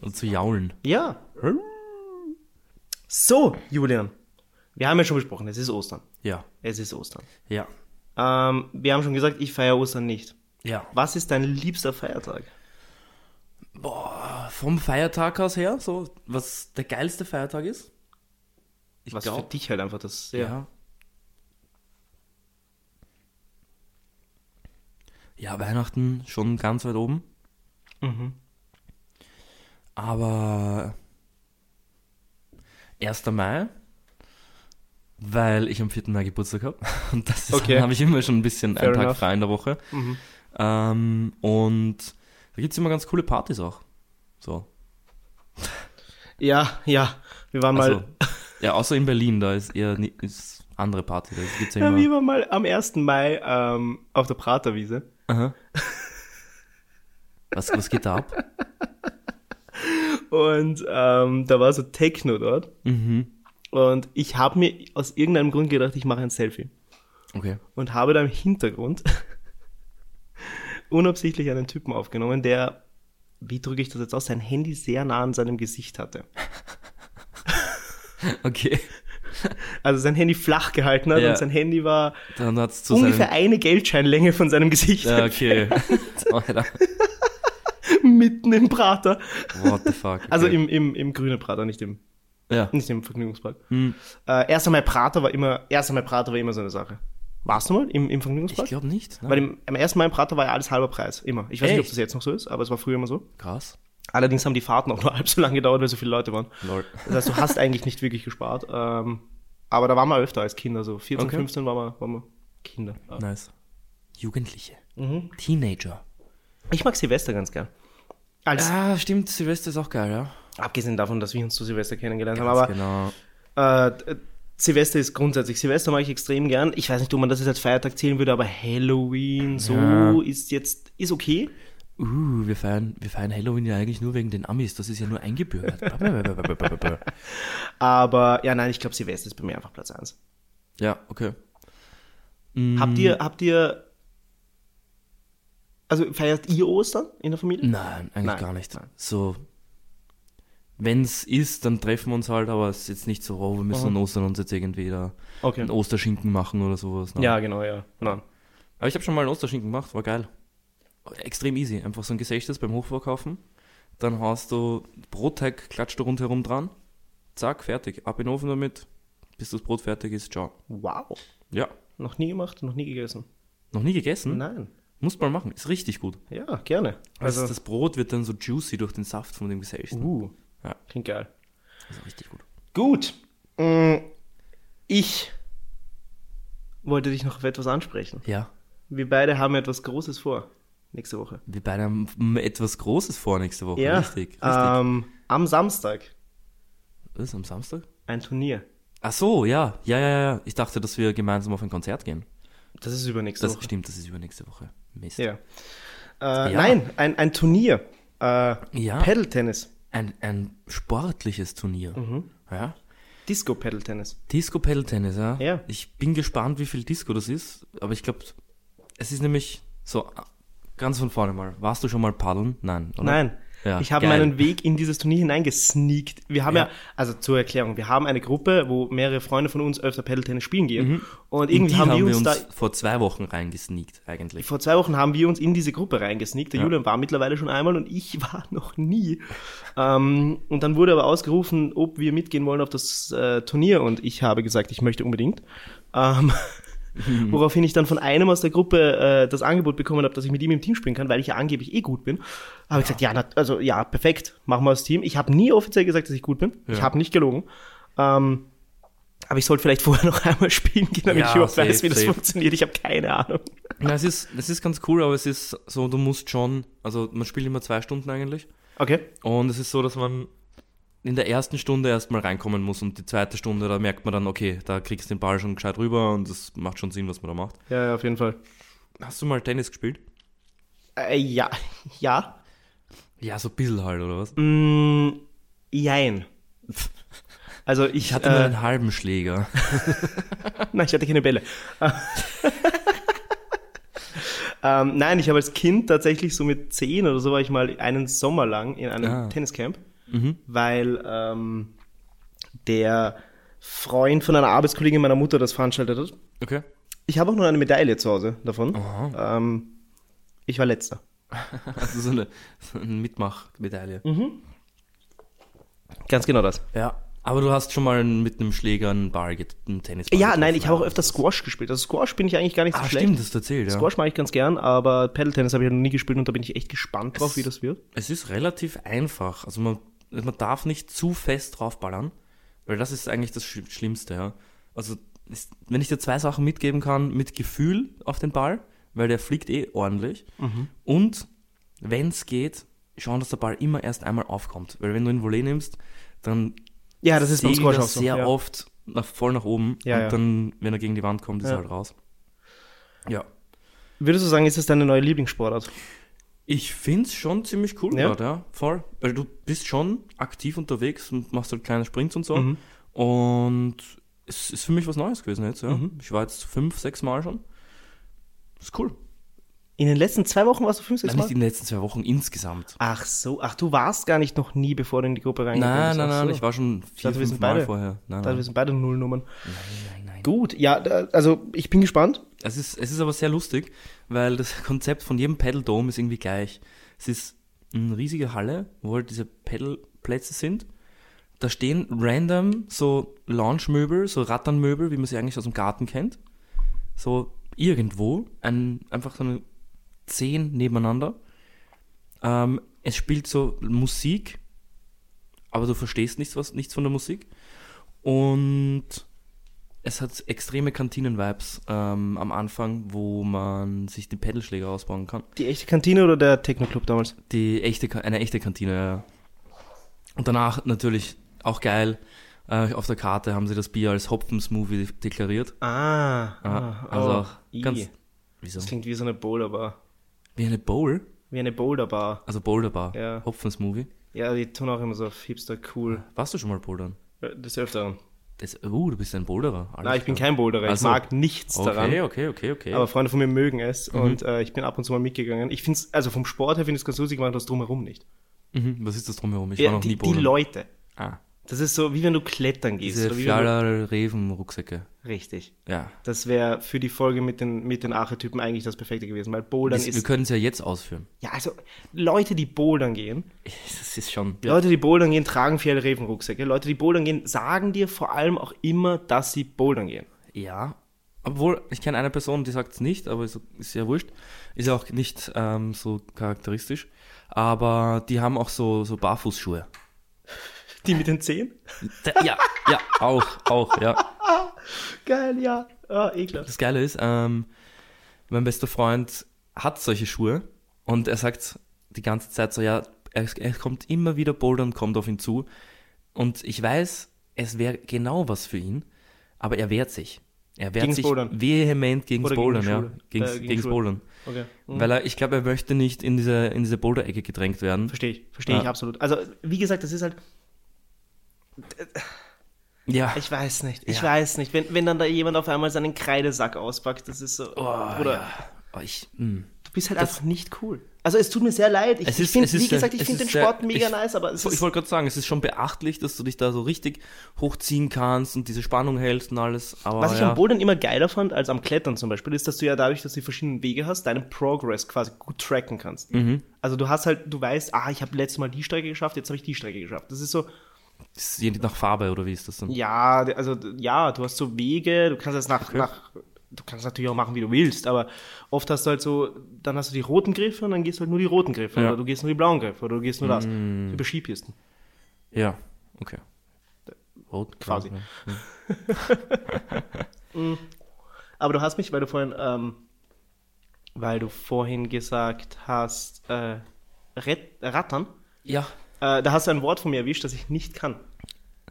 Speaker 1: Und zu jaulen.
Speaker 2: Ja.
Speaker 1: Hm.
Speaker 2: So, Julian. Wir haben ja schon besprochen, es ist Ostern.
Speaker 1: Ja.
Speaker 2: Es ist Ostern.
Speaker 1: Ja.
Speaker 2: Ähm, wir haben schon gesagt, ich feiere Ostern nicht.
Speaker 1: Ja.
Speaker 2: Was ist dein liebster Feiertag?
Speaker 1: Vom Feiertag aus her, so, was der geilste Feiertag ist? Ich
Speaker 2: Was
Speaker 1: glaub-
Speaker 2: für dich halt einfach das.
Speaker 1: Ja. Ja, Weihnachten schon ganz weit oben.
Speaker 2: Mhm.
Speaker 1: Aber 1. Mai, weil ich am 4. Mai Geburtstag habe. Und das ist,
Speaker 2: Okay.
Speaker 1: habe ich immer schon ein bisschen
Speaker 2: Fair
Speaker 1: einen Tag
Speaker 2: enough.
Speaker 1: frei in der Woche.
Speaker 2: Mhm.
Speaker 1: Ähm, und da gibt es immer ganz coole Partys auch. So.
Speaker 2: Ja, ja. Wir waren mal,
Speaker 1: Also, ja, außer in Berlin, da ist eher ni- ist andere Party. Da gibt's ja
Speaker 2: ja, wir
Speaker 1: immer.
Speaker 2: waren mal am 1. Mai ähm, auf der Praterwiese.
Speaker 1: Aha. Was, was geht da ab?
Speaker 2: Und ähm, da war so Techno dort.
Speaker 1: Mhm.
Speaker 2: Und ich habe mir aus irgendeinem Grund gedacht, ich mache ein Selfie.
Speaker 1: Okay.
Speaker 2: Und habe da im Hintergrund unabsichtlich einen Typen aufgenommen, der, wie drücke ich das jetzt aus, sein Handy sehr nah an seinem Gesicht hatte.
Speaker 1: Okay.
Speaker 2: Also sein Handy flach gehalten hat
Speaker 1: Ja.
Speaker 2: und sein Handy war
Speaker 1: Dann hat's zu
Speaker 2: ungefähr
Speaker 1: seinem.
Speaker 2: eine Geldscheinlänge von seinem Gesicht
Speaker 1: Ja, okay. Alter.
Speaker 2: mitten im Prater.
Speaker 1: What the fuck. Okay.
Speaker 2: Also im, im, im grünen Prater, nicht im
Speaker 1: Ja.
Speaker 2: Nicht im Vergnügungspark.
Speaker 1: Hm.
Speaker 2: Äh, erst einmal Prater war immer, erst einmal Prater war immer so eine Sache. Warst du mal im, im
Speaker 1: Ich
Speaker 2: Vergnügungspark?
Speaker 1: glaube nicht.
Speaker 2: Weil
Speaker 1: Nein.
Speaker 2: im, am ersten Mal im Prater war ja alles halber Preis, immer. Ich weiß nicht, ob
Speaker 1: Echt?
Speaker 2: das jetzt noch so ist, aber es war früher immer so.
Speaker 1: Krass.
Speaker 2: Allerdings haben die Fahrten auch nur halb so lange gedauert, weil so viele Leute waren.
Speaker 1: Lol.
Speaker 2: Das heißt, du hast eigentlich nicht wirklich gespart. Ähm, aber da waren wir öfter als Kinder, so 14,
Speaker 1: Okay.
Speaker 2: 15 waren wir, waren wir Kinder.
Speaker 1: Nice. Jugendliche.
Speaker 2: Mhm.
Speaker 1: Teenager.
Speaker 2: Ich mag Silvester ganz gern. Als,
Speaker 1: Ah, stimmt. Silvester ist auch geil, ja.
Speaker 2: Abgesehen davon, dass wir uns zu Silvester kennengelernt haben,
Speaker 1: Ganz
Speaker 2: aber
Speaker 1: genau.
Speaker 2: Äh, d- Silvester ist grundsätzlich. Silvester mag ich extrem gern. Ich weiß nicht, ob man das jetzt als Feiertag zählen würde, aber Halloween so
Speaker 1: Ja.
Speaker 2: ist jetzt ist okay.
Speaker 1: Uh, wir feiern, wir feiern Halloween ja eigentlich nur wegen den Amis. Das ist ja nur eingebürgert.
Speaker 2: Aber ja, nein, ich glaube, Silvester ist bei mir einfach Platz 1.
Speaker 1: ja, okay. Mm.
Speaker 2: Habt ihr, habt ihr. Also feiert ihr Ostern in der Familie?
Speaker 1: Nein, eigentlich
Speaker 2: Nein,
Speaker 1: gar nicht.
Speaker 2: nein.
Speaker 1: So, wenn es ist, dann treffen wir uns halt, aber es ist jetzt nicht so, oh, wir müssen
Speaker 2: Mhm.
Speaker 1: an Ostern uns jetzt irgendwie da
Speaker 2: Okay.
Speaker 1: einen Osterschinken machen oder sowas. ne? Nein.
Speaker 2: Ja, genau, ja. Nein.
Speaker 1: Aber ich habe schon mal einen Osterschinken gemacht, war geil. Extrem easy. Einfach so ein Gesächtes beim Hochverkaufen. Dann hast du Brotteig, klatscht du rundherum dran. Zack, fertig. Ab in den Ofen damit, bis das Brot fertig ist. Ciao.
Speaker 2: Wow.
Speaker 1: Ja.
Speaker 2: Noch nie gemacht, noch nie gegessen.
Speaker 1: Noch nie gegessen?
Speaker 2: Nein.
Speaker 1: Muss mal machen. Ist richtig gut.
Speaker 2: Ja, gerne.
Speaker 1: Also
Speaker 2: Also,
Speaker 1: das, das Brot wird dann so juicy durch den Saft von dem Gesächten.
Speaker 2: uh,
Speaker 1: Ja.
Speaker 2: klingt geil.
Speaker 1: Ist richtig gut.
Speaker 2: Gut. Mm, Ich wollte dich noch auf etwas ansprechen.
Speaker 1: Ja.
Speaker 2: Wir beide haben etwas Großes vor nächste Woche.
Speaker 1: Wir beide haben m- etwas Großes vor nächste Woche.
Speaker 2: ja,
Speaker 1: Richtig. richtig.
Speaker 2: Ähm, am Samstag
Speaker 1: Was, am Samstag?
Speaker 2: ein Turnier.
Speaker 1: Ach so, ja. Ja, ja, ja. Ich dachte, dass wir gemeinsam auf ein Konzert gehen.
Speaker 2: Das ist übernächste
Speaker 1: Das
Speaker 2: Woche.
Speaker 1: stimmt, das ist übernächste Woche. Mist.
Speaker 2: Ja. Äh,
Speaker 1: Ja.
Speaker 2: Nein, ein, ein Turnier. Äh,
Speaker 1: Ja.
Speaker 2: Paddle-Tennis.
Speaker 1: Ein, ein sportliches Turnier. Ja.
Speaker 2: Disco-Paddle-Tennis.
Speaker 1: disco pedal tennis ja?
Speaker 2: Ja.
Speaker 1: Ich bin gespannt, wie viel Disco das ist, aber ich glaube, es ist nämlich so ah, ganz von vorne mal. Warst du schon mal paddeln? Nein. Oder?
Speaker 2: Nein.
Speaker 1: Ja,
Speaker 2: ich habe
Speaker 1: geil.
Speaker 2: meinen Weg in dieses Turnier hineingesneakt. Wir haben ja. also zur Erklärung, wir haben eine Gruppe, wo mehrere Freunde von uns öfter Paddle-Tennis spielen gehen. Mhm. Und
Speaker 1: In
Speaker 2: irgendwie
Speaker 1: die
Speaker 2: haben, wir uns, da.
Speaker 1: vor zwei Wochen reingesneakt, eigentlich.
Speaker 2: Vor zwei Wochen haben wir uns in diese Gruppe reingesneakt. Der Julian war mittlerweile schon einmal und ich war noch nie. ähm, und dann wurde aber ausgerufen, ob wir mitgehen wollen auf das äh, Turnier. Und ich habe gesagt, ich möchte unbedingt. Ähm, woraufhin ich dann von einem aus der Gruppe äh, das Angebot bekommen habe, dass ich mit ihm im Team spielen kann, weil ich ja angeblich eh gut bin. Habe ich gesagt, ja, na, also ja, perfekt, machen wir das Team. Ich habe nie offiziell gesagt, dass ich gut bin. Ich
Speaker 1: Ja.
Speaker 2: habe nicht gelogen. Ähm, aber ich sollte vielleicht vorher noch einmal spielen gehen, damit
Speaker 1: Ja,
Speaker 2: ich überhaupt
Speaker 1: safe,
Speaker 2: weiß, wie das
Speaker 1: safe.
Speaker 2: funktioniert. Ich habe keine Ahnung.
Speaker 1: Na, es, ist, es ist ganz cool, aber es ist so, du musst schon, also man spielt immer zwei Stunden eigentlich.
Speaker 2: Okay.
Speaker 1: Und es ist so, dass man in der ersten Stunde erstmal reinkommen muss und die zweite Stunde, da merkt man dann, okay, da kriegst du den Ball schon gescheit rüber und das macht schon Sinn, was man da macht.
Speaker 2: Ja, ja, auf jeden Fall.
Speaker 1: Hast du mal Tennis gespielt?
Speaker 2: Äh, ja, ja.
Speaker 1: Ja, so ein bisschen halt, oder was?
Speaker 2: Mm, jein. Also ich,
Speaker 1: Ich hatte nur
Speaker 2: äh,
Speaker 1: einen halben Schläger.
Speaker 2: nein, ich hatte keine Bälle. ähm, nein, ich habe als Kind tatsächlich so mit zehn oder so war ich mal einen Sommer lang in einem
Speaker 1: Ah.
Speaker 2: Tenniscamp, Mhm. weil ähm, der Freund von einer Arbeitskollegin meiner Mutter das veranstaltet hat.
Speaker 1: Okay.
Speaker 2: Ich habe auch noch eine Medaille zu Hause davon.
Speaker 1: Aha.
Speaker 2: Ähm, ich war letzter.
Speaker 1: Also so eine, so eine Mitmachmedaille.
Speaker 2: Mhm. Ganz genau das.
Speaker 1: Ja. Aber du hast schon mal mit einem Schläger einen Ball, get- einen Tennisball
Speaker 2: Ja, nein,
Speaker 1: getroffen,
Speaker 2: ich habe auch
Speaker 1: oder?
Speaker 2: öfter Squash gespielt. Also Squash bin ich eigentlich gar nicht so
Speaker 1: Ah,
Speaker 2: schlecht.
Speaker 1: stimmt, das hast du erzählt, ja.
Speaker 2: Squash mache ich ganz gern, aber Paddle-Tennis habe ich noch nie gespielt und da bin ich echt gespannt drauf, wie das wird.
Speaker 1: Es ist relativ einfach. Also man, man darf nicht zu fest draufballern, weil das ist eigentlich das Sch- Schlimmste, ja. Also ist, wenn ich dir zwei Sachen mitgeben kann, mit Gefühl auf den Ball, weil der fliegt eh ordentlich.
Speaker 2: Mhm.
Speaker 1: Und wenn es geht, schauen, dass der Ball immer erst einmal aufkommt. Weil wenn du ihn Volley nimmst, dann
Speaker 2: Ja, das ist beim
Speaker 1: segelt
Speaker 2: Squash
Speaker 1: er
Speaker 2: auch so.
Speaker 1: sehr
Speaker 2: ja.
Speaker 1: oft nach, voll nach oben.
Speaker 2: Ja,
Speaker 1: und
Speaker 2: ja.
Speaker 1: dann, wenn er gegen die Wand kommt, ist
Speaker 2: Ja.
Speaker 1: er halt raus. Ja.
Speaker 2: Würdest du sagen, ist das deine neue Lieblingssportart?
Speaker 1: Ich find's schon ziemlich cool
Speaker 2: Ja.
Speaker 1: ja. gerade, ja. Voll. Weil du bist schon aktiv unterwegs und machst halt kleine Sprints und so.
Speaker 2: Mhm.
Speaker 1: Und es ist für mich was Neues gewesen jetzt, ja.
Speaker 2: Mhm.
Speaker 1: Ich war jetzt fünf, sechs Mal schon. Ist cool.
Speaker 2: In den letzten zwei Wochen warst du fünf, sechs
Speaker 1: Nein, nicht
Speaker 2: Mal?
Speaker 1: in den letzten zwei Wochen insgesamt.
Speaker 2: Ach so, ach du warst gar nicht noch nie, bevor du in die Gruppe reingegangen
Speaker 1: Nein,
Speaker 2: bist.
Speaker 1: nein,
Speaker 2: Ach
Speaker 1: nein,
Speaker 2: so.
Speaker 1: ich war schon vier,
Speaker 2: dachte, wir
Speaker 1: fünf
Speaker 2: sind
Speaker 1: Mal
Speaker 2: beide-
Speaker 1: vorher. Nein,
Speaker 2: Da
Speaker 1: nein,
Speaker 2: wir sind beide Nullnummern.
Speaker 1: nein, nein.
Speaker 2: Gut, ja, da, also ich bin gespannt.
Speaker 1: Es ist, es ist aber sehr lustig, weil das Konzept von jedem Pedal Dome ist irgendwie gleich. Es ist eine riesige Halle, wo halt diese Pedalplätze sind. Da stehen random so Lounge-Möbel, so Ratternmöbel, wie man sie eigentlich aus dem Garten kennt. So irgendwo, ein, einfach so eine zehn nebeneinander. Ähm, es spielt so Musik, aber du verstehst nichts, was, nichts von der Musik. Und es hat extreme Kantinen-Vibes ähm, am Anfang, wo man sich die Pedalschläger ausbauen kann.
Speaker 2: Die echte Kantine oder der Techno-Club damals?
Speaker 1: Die echte, Ka- eine echte Kantine, ja. Und danach natürlich auch geil. Äh, auf der Karte haben sie das Bier als Hopfen-Smoothie deklariert.
Speaker 2: Ah,
Speaker 1: Äh,
Speaker 2: ah
Speaker 1: also
Speaker 2: oh,
Speaker 1: auch
Speaker 2: i.
Speaker 1: ganz. Wieso?
Speaker 2: Das klingt wie so eine Boulderbar.
Speaker 1: Wie eine Bowl?
Speaker 2: Wie eine Boulderbar.
Speaker 1: Also Boulderbar.
Speaker 2: Ja.
Speaker 1: Hopfen-Smoothie.
Speaker 2: Ja, die tun auch immer so auf Hipster cool.
Speaker 1: Warst du schon mal bouldern?
Speaker 2: Äh, Des Öfteren.
Speaker 1: Das, uh, du bist ein Boulderer. Alles
Speaker 2: Nein, ich bin
Speaker 1: klar.
Speaker 2: kein Boulderer. Ich
Speaker 1: Also-
Speaker 2: mag nichts daran.
Speaker 1: Okay, Mhm. okay, okay, okay.
Speaker 2: Aber Freunde von mir mögen es und äh, ich bin ab und zu mal mitgegangen. Ich finde es, also vom Sport her finde ich es ganz lustig, ich mag das drumherum nicht.
Speaker 1: Mhm. Was ist das drumherum? Ich war
Speaker 2: Ja,
Speaker 1: noch nie
Speaker 2: die, die
Speaker 1: Bowlen.
Speaker 2: Leute.
Speaker 1: ah,
Speaker 2: Das ist so, wie wenn du klettern gehst.
Speaker 1: diese
Speaker 2: oder wie wenn du,
Speaker 1: Fjalla-Reven-Rucksäcke.
Speaker 2: richtig.
Speaker 1: Ja.
Speaker 2: Das wäre für die Folge mit den, mit den Archetypen eigentlich das Perfekte gewesen, weil Bouldern
Speaker 1: Das, wir
Speaker 2: ist.
Speaker 1: können es ja jetzt ausführen.
Speaker 2: Ja, also Leute, die Bouldern gehen,
Speaker 1: Das ist schon.
Speaker 2: Leute, die Bouldern gehen, tragen Fjellrevenrucksäcke. Leute, die Bouldern gehen, sagen dir vor allem auch immer, dass sie Bouldern gehen.
Speaker 1: Ja. Obwohl, ich kenne eine Person, die sagt es nicht, aber ist, ist ja wurscht. Ist ja auch nicht ähm, so charakteristisch. Aber die haben auch so, so Barfußschuhe.
Speaker 2: Die mit den Zehen?
Speaker 1: Da- Ja, ja, auch, auch, ja.
Speaker 2: Geil, ja. Ah, ekelhaft.
Speaker 1: Das Geile ist, ähm, mein bester Freund hat solche Schuhe und er sagt die ganze Zeit so, ja, er, er kommt immer wieder bouldern, kommt auf ihn zu und ich weiß, es wäre genau was für ihn, aber er wehrt sich. Er wehrt
Speaker 2: Gegen's
Speaker 1: sich
Speaker 2: Bouldern.
Speaker 1: vehement gegens
Speaker 2: Oder gegen
Speaker 1: Bouldern,
Speaker 2: die
Speaker 1: ja.
Speaker 2: Schule.
Speaker 1: Gegens,
Speaker 2: Äh, gegen
Speaker 1: gegens
Speaker 2: Schule.
Speaker 1: Bouldern.
Speaker 2: Okay. Mhm.
Speaker 1: Weil er, ich glaube, er möchte nicht in diese, in diese Boulder-Ecke gedrängt werden.
Speaker 2: Verstehe ich, verstehe ich
Speaker 1: Ja.
Speaker 2: absolut. Also, wie gesagt, das ist halt,
Speaker 1: Ja.
Speaker 2: ich weiß nicht, ich
Speaker 1: Ja.
Speaker 2: weiß nicht. Wenn, wenn dann da jemand auf einmal seinen Kreidesack auspackt, das ist so, oder
Speaker 1: ja. Oh, ich, mh.
Speaker 2: du bist halt einfach nicht cool. Also, es tut mir sehr leid. Ich,
Speaker 1: Es
Speaker 2: ich
Speaker 1: ist-
Speaker 2: finde,
Speaker 1: es ist
Speaker 2: wie
Speaker 1: sehr-
Speaker 2: gesagt, ich
Speaker 1: es
Speaker 2: finde den
Speaker 1: ist sehr-
Speaker 2: Sport mega
Speaker 1: ich-
Speaker 2: nice, aber es
Speaker 1: Ich,
Speaker 2: ist,
Speaker 1: wollte gerade sagen, es ist schon beachtlich, dass du dich da so richtig hochziehen kannst und diese Spannung hältst und alles. Aber
Speaker 2: Was ich
Speaker 1: oh, ja.
Speaker 2: am Bouldern immer geiler fand als am Klettern zum Beispiel, ist, dass du ja dadurch, dass du die verschiedenen Wege hast, deinen Progress quasi gut tracken kannst.
Speaker 1: Mhm.
Speaker 2: Also du hast halt, du weißt, ah, ich habe letztes Mal die Strecke geschafft, jetzt habe ich die Strecke geschafft. Das ist so,
Speaker 1: Ist je nach Farbe oder wie ist das dann?
Speaker 2: ja, also ja, du hast so Wege, du kannst das nach, nach du kannst natürlich auch machen, wie du willst, aber oft hast du halt so, dann hast du die roten Griffe und dann gehst du halt nur die roten Griffe
Speaker 1: Ja.
Speaker 2: oder du gehst nur die blauen Griffe oder du gehst nur das. Über Skipisten
Speaker 1: Ja, okay. Rot
Speaker 2: quasi.
Speaker 1: ja.
Speaker 2: Aber du hast mich, weil du vorhin, ähm, weil du vorhin gesagt hast, äh, Ret Rattern,
Speaker 1: Ja,
Speaker 2: äh, da hast du ein Wort von mir erwischt, das ich nicht kann.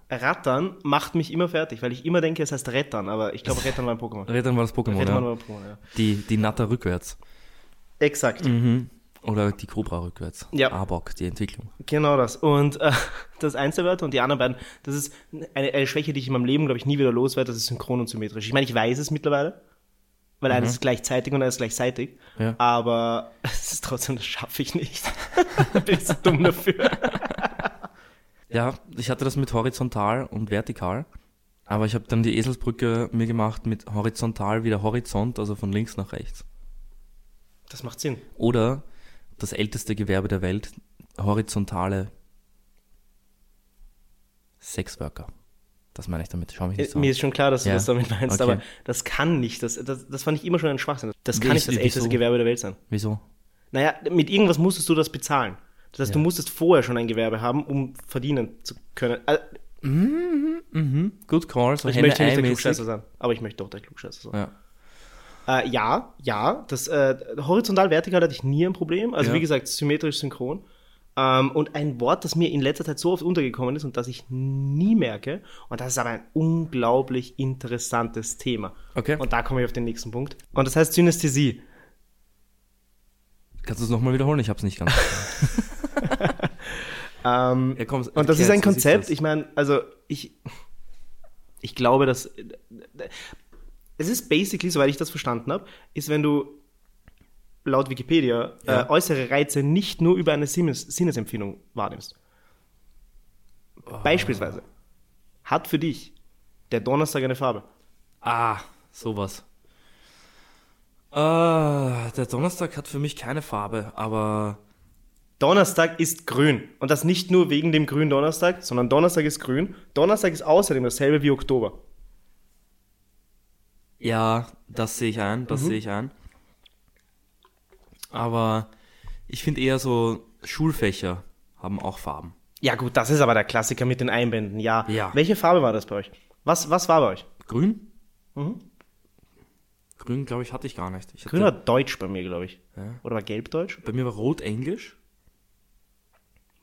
Speaker 2: Rattern macht mich immer fertig, weil ich immer denke, es heißt Rettern, aber ich glaube, Rettern war ein Pokémon.
Speaker 1: Rettern war das Pokémon,
Speaker 2: Rettern
Speaker 1: ja.
Speaker 2: war ein Pokémon, ja.
Speaker 1: Die, die Natter rückwärts.
Speaker 2: Exakt,
Speaker 1: Oder die Cobra rückwärts.
Speaker 2: Mhm. Ja.
Speaker 1: Arbok, die Entwicklung.
Speaker 2: genau das. Und äh, das Einzelwörter und die anderen beiden, das ist eine, eine Schwäche, die ich in meinem Leben, glaube ich, nie wieder loswerde, das ist synchron und symmetrisch. Ich meine, ich weiß es mittlerweile, weil eines ist gleichzeitig und eines ist gleichzeitig.
Speaker 1: Mhm. Ja.
Speaker 2: Aber es ist trotzdem, das schaffe ich nicht. da bin ich zu dumm dafür.
Speaker 1: Ja, ich hatte das mit horizontal und vertikal. Aber ich habe dann die Eselsbrücke mir gemacht mit horizontal wieder Horizont, also von links nach rechts.
Speaker 2: Das macht Sinn.
Speaker 1: Oder das älteste Gewerbe der Welt, horizontale Sexworker. Das meine ich damit. Schau mich nicht so an.
Speaker 2: Äh, Mir ist schon klar, dass du
Speaker 1: Ja.
Speaker 2: das damit meinst,
Speaker 1: Okay.
Speaker 2: aber das kann nicht. Das, das, das fand ich immer schon ein Schwachsinn. Das kann
Speaker 1: Wie-
Speaker 2: nicht das
Speaker 1: wieso?
Speaker 2: älteste Gewerbe der Welt sein.
Speaker 1: Wieso?
Speaker 2: Naja, mit irgendwas musstest du das bezahlen. Das heißt, du musstest vorher schon ein Gewerbe haben, um verdienen zu können. Also,
Speaker 1: Good call. So
Speaker 2: ich möchte nicht der
Speaker 1: NRI-mäßig.
Speaker 2: Klugscheißer sein, aber ich möchte doch der Klugscheißer sein.
Speaker 1: Ja.
Speaker 2: Äh, ja, ja, das äh, horizontal-vertikal hatte ich nie ein Problem. Also
Speaker 1: Ja.
Speaker 2: wie gesagt, symmetrisch synchron. Ähm, und ein Wort, das mir in letzter Zeit so oft untergekommen ist und das ich nie merke, und das ist aber ein unglaublich interessantes Thema.
Speaker 1: Okay.
Speaker 2: Und da komme ich auf den nächsten Punkt. Und das heißt Synästhesie.
Speaker 1: Kannst du es nochmal wiederholen? Ich hab's nicht ganz.
Speaker 2: Ähm,
Speaker 1: Ja, komm,
Speaker 2: und das ist
Speaker 1: erklär
Speaker 2: ein
Speaker 1: jetzt, was ist
Speaker 2: Konzept,
Speaker 1: das?
Speaker 2: ich meine, also ich, ich glaube, dass es ist basically, soweit ich das verstanden habe, ist, wenn du laut Wikipedia äh,
Speaker 1: Ja.
Speaker 2: äußere Reize nicht nur über eine Sinnes Sinnesempfindung wahrnimmst. Beispielsweise hat für dich der Donnerstag eine Farbe.
Speaker 1: ah, sowas. Ah, der Donnerstag hat für mich keine Farbe, aber
Speaker 2: Donnerstag ist grün. Und das nicht nur wegen dem grünen Donnerstag, sondern Donnerstag ist grün. Donnerstag ist außerdem dasselbe wie Oktober.
Speaker 1: ja, das sehe ich ein, das sehe ich ein. Aber ich finde eher so, Schulfächer haben auch Farben.
Speaker 2: Ja, gut, das ist aber der Klassiker mit den Einbänden, ja.
Speaker 1: Ja.
Speaker 2: Welche Farbe war das bei euch? Was, was war bei euch?
Speaker 1: Grün? Mhm. Grün, glaube ich, hatte ich gar nicht. Ich hatte,
Speaker 2: Grün war Deutsch bei mir, glaube ich. Oder war Gelb-Deutsch?
Speaker 1: Bei mir war Rot Englisch,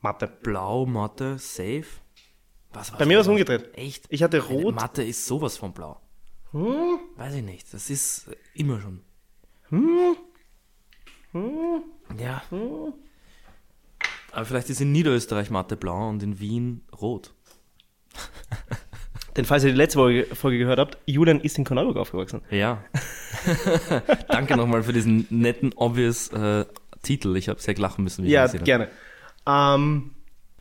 Speaker 2: Mathe.
Speaker 1: Blau, Mathe, Safe. Was war's
Speaker 2: Bei mir war es umgedreht.
Speaker 1: Echt?
Speaker 2: Ich hatte
Speaker 1: Meine
Speaker 2: Rot. Hm?
Speaker 1: Mathe ist sowas von blau. Weiß ich nicht. Das ist äh, immer schon.
Speaker 2: Hm?
Speaker 1: Hm? Ja. Aber vielleicht ist in Niederösterreich Mathe blau und in Wien rot.
Speaker 2: Denn falls ihr die letzte Folge, Folge gehört habt, Julian ist in Korneuburg aufgewachsen.
Speaker 1: Ja. Danke nochmal für diesen netten, obvious äh, Titel. Ich habe sehr lachen müssen. Wie ich
Speaker 2: Ja,
Speaker 1: ihn gesehen habe.
Speaker 2: gerne. Ähm,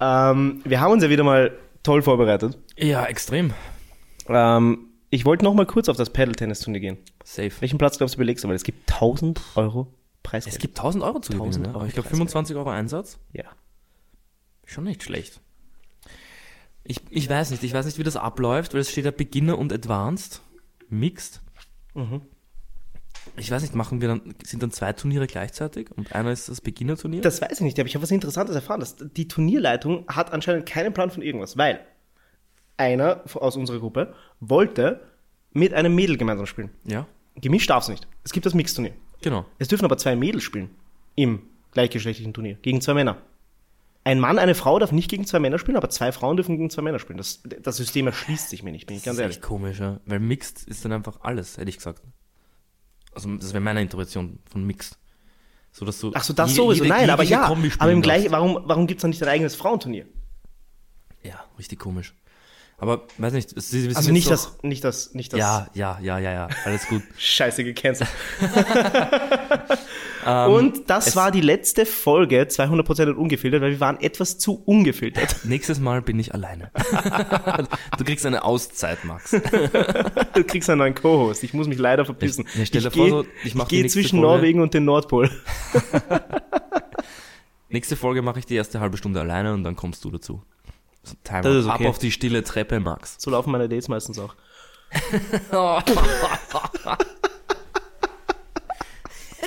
Speaker 2: ähm, wir haben uns ja wieder mal toll vorbereitet.
Speaker 1: Ja, extrem.
Speaker 2: Ähm, ich wollte noch mal kurz auf das Paddle-Tennis-Turnier gehen.
Speaker 1: Safe.
Speaker 2: Welchen Platz glaubst du belegst du? Weil es gibt 1000 Euro Preisgeld.
Speaker 1: Es gibt 1000 Euro zu
Speaker 2: 1000
Speaker 1: gewinnen, ne?
Speaker 2: Euro
Speaker 1: aber ich glaube
Speaker 2: Preisgeld.
Speaker 1: 25 Euro Einsatz,
Speaker 2: ja.
Speaker 1: schon nicht schlecht. Ich, ich weiß nicht, ich weiß nicht, wie das abläuft, weil es steht da Beginner und Advanced, Mixed.
Speaker 2: Mhm.
Speaker 1: Ich weiß nicht, machen wir dann, sind dann zwei Turniere gleichzeitig und einer ist das Beginner-Turnier?
Speaker 2: Das weiß ich nicht, aber ich habe was Interessantes erfahren. Dass die Turnierleitung hat anscheinend keinen Plan von irgendwas, weil einer aus unserer Gruppe wollte mit einem Mädel gemeinsam spielen.
Speaker 1: Ja,
Speaker 2: Gemischt darf es nicht. Es gibt das Mixturnier.
Speaker 1: genau.
Speaker 2: Es dürfen aber zwei Mädels spielen im gleichgeschlechtlichen Turnier gegen zwei Männer. Ein Mann, eine Frau darf nicht gegen zwei Männer spielen, aber zwei Frauen dürfen gegen zwei Männer spielen. Das, das System erschließt sich mir nicht, bin ich ganz
Speaker 1: das
Speaker 2: ehrlich.
Speaker 1: ist echt komisch, ja. weil Mixed ist dann einfach alles, hätte ich gesagt. Also das wäre meine Interpretation von Mixed. So, dass du
Speaker 2: Ach so, das
Speaker 1: jede-
Speaker 2: sowieso.
Speaker 1: jede-
Speaker 2: Nein, aber
Speaker 1: jegliche
Speaker 2: ja.
Speaker 1: Kombi spielen
Speaker 2: Aber im
Speaker 1: darfst.
Speaker 2: gleichen, warum, warum gibt es dann nicht ein eigenes Frauenturnier?
Speaker 1: Ja, richtig komisch. Aber weiß nicht, es- sie wissen
Speaker 2: Also
Speaker 1: jetzt
Speaker 2: nicht
Speaker 1: doch-
Speaker 2: das, nicht das, nicht das.
Speaker 1: Ja, ja, ja, ja, ja, alles gut.
Speaker 2: Scheiße, gecancelt.
Speaker 1: Ähm,
Speaker 2: und das war die letzte Folge, 200% und ungefiltert, weil wir waren etwas zu ungefiltert.
Speaker 1: Nächstes Mal bin ich alleine. du kriegst eine Auszeit, Max.
Speaker 2: Du kriegst einen neuen Co-Host. Ich muss mich leider verpissen.
Speaker 1: Ja, stell dir
Speaker 2: ich
Speaker 1: vor,
Speaker 2: gehe
Speaker 1: so, ich mach die
Speaker 2: geh
Speaker 1: nächste
Speaker 2: zwischen
Speaker 1: Folge.
Speaker 2: Norwegen und den Nordpol.
Speaker 1: Nächste Folge mache ich die erste halbe Stunde alleine und dann kommst du dazu. So, Timer.
Speaker 2: Das ist okay.
Speaker 1: Ab auf die stille Treppe, Max.
Speaker 2: So laufen meine Dates meistens auch.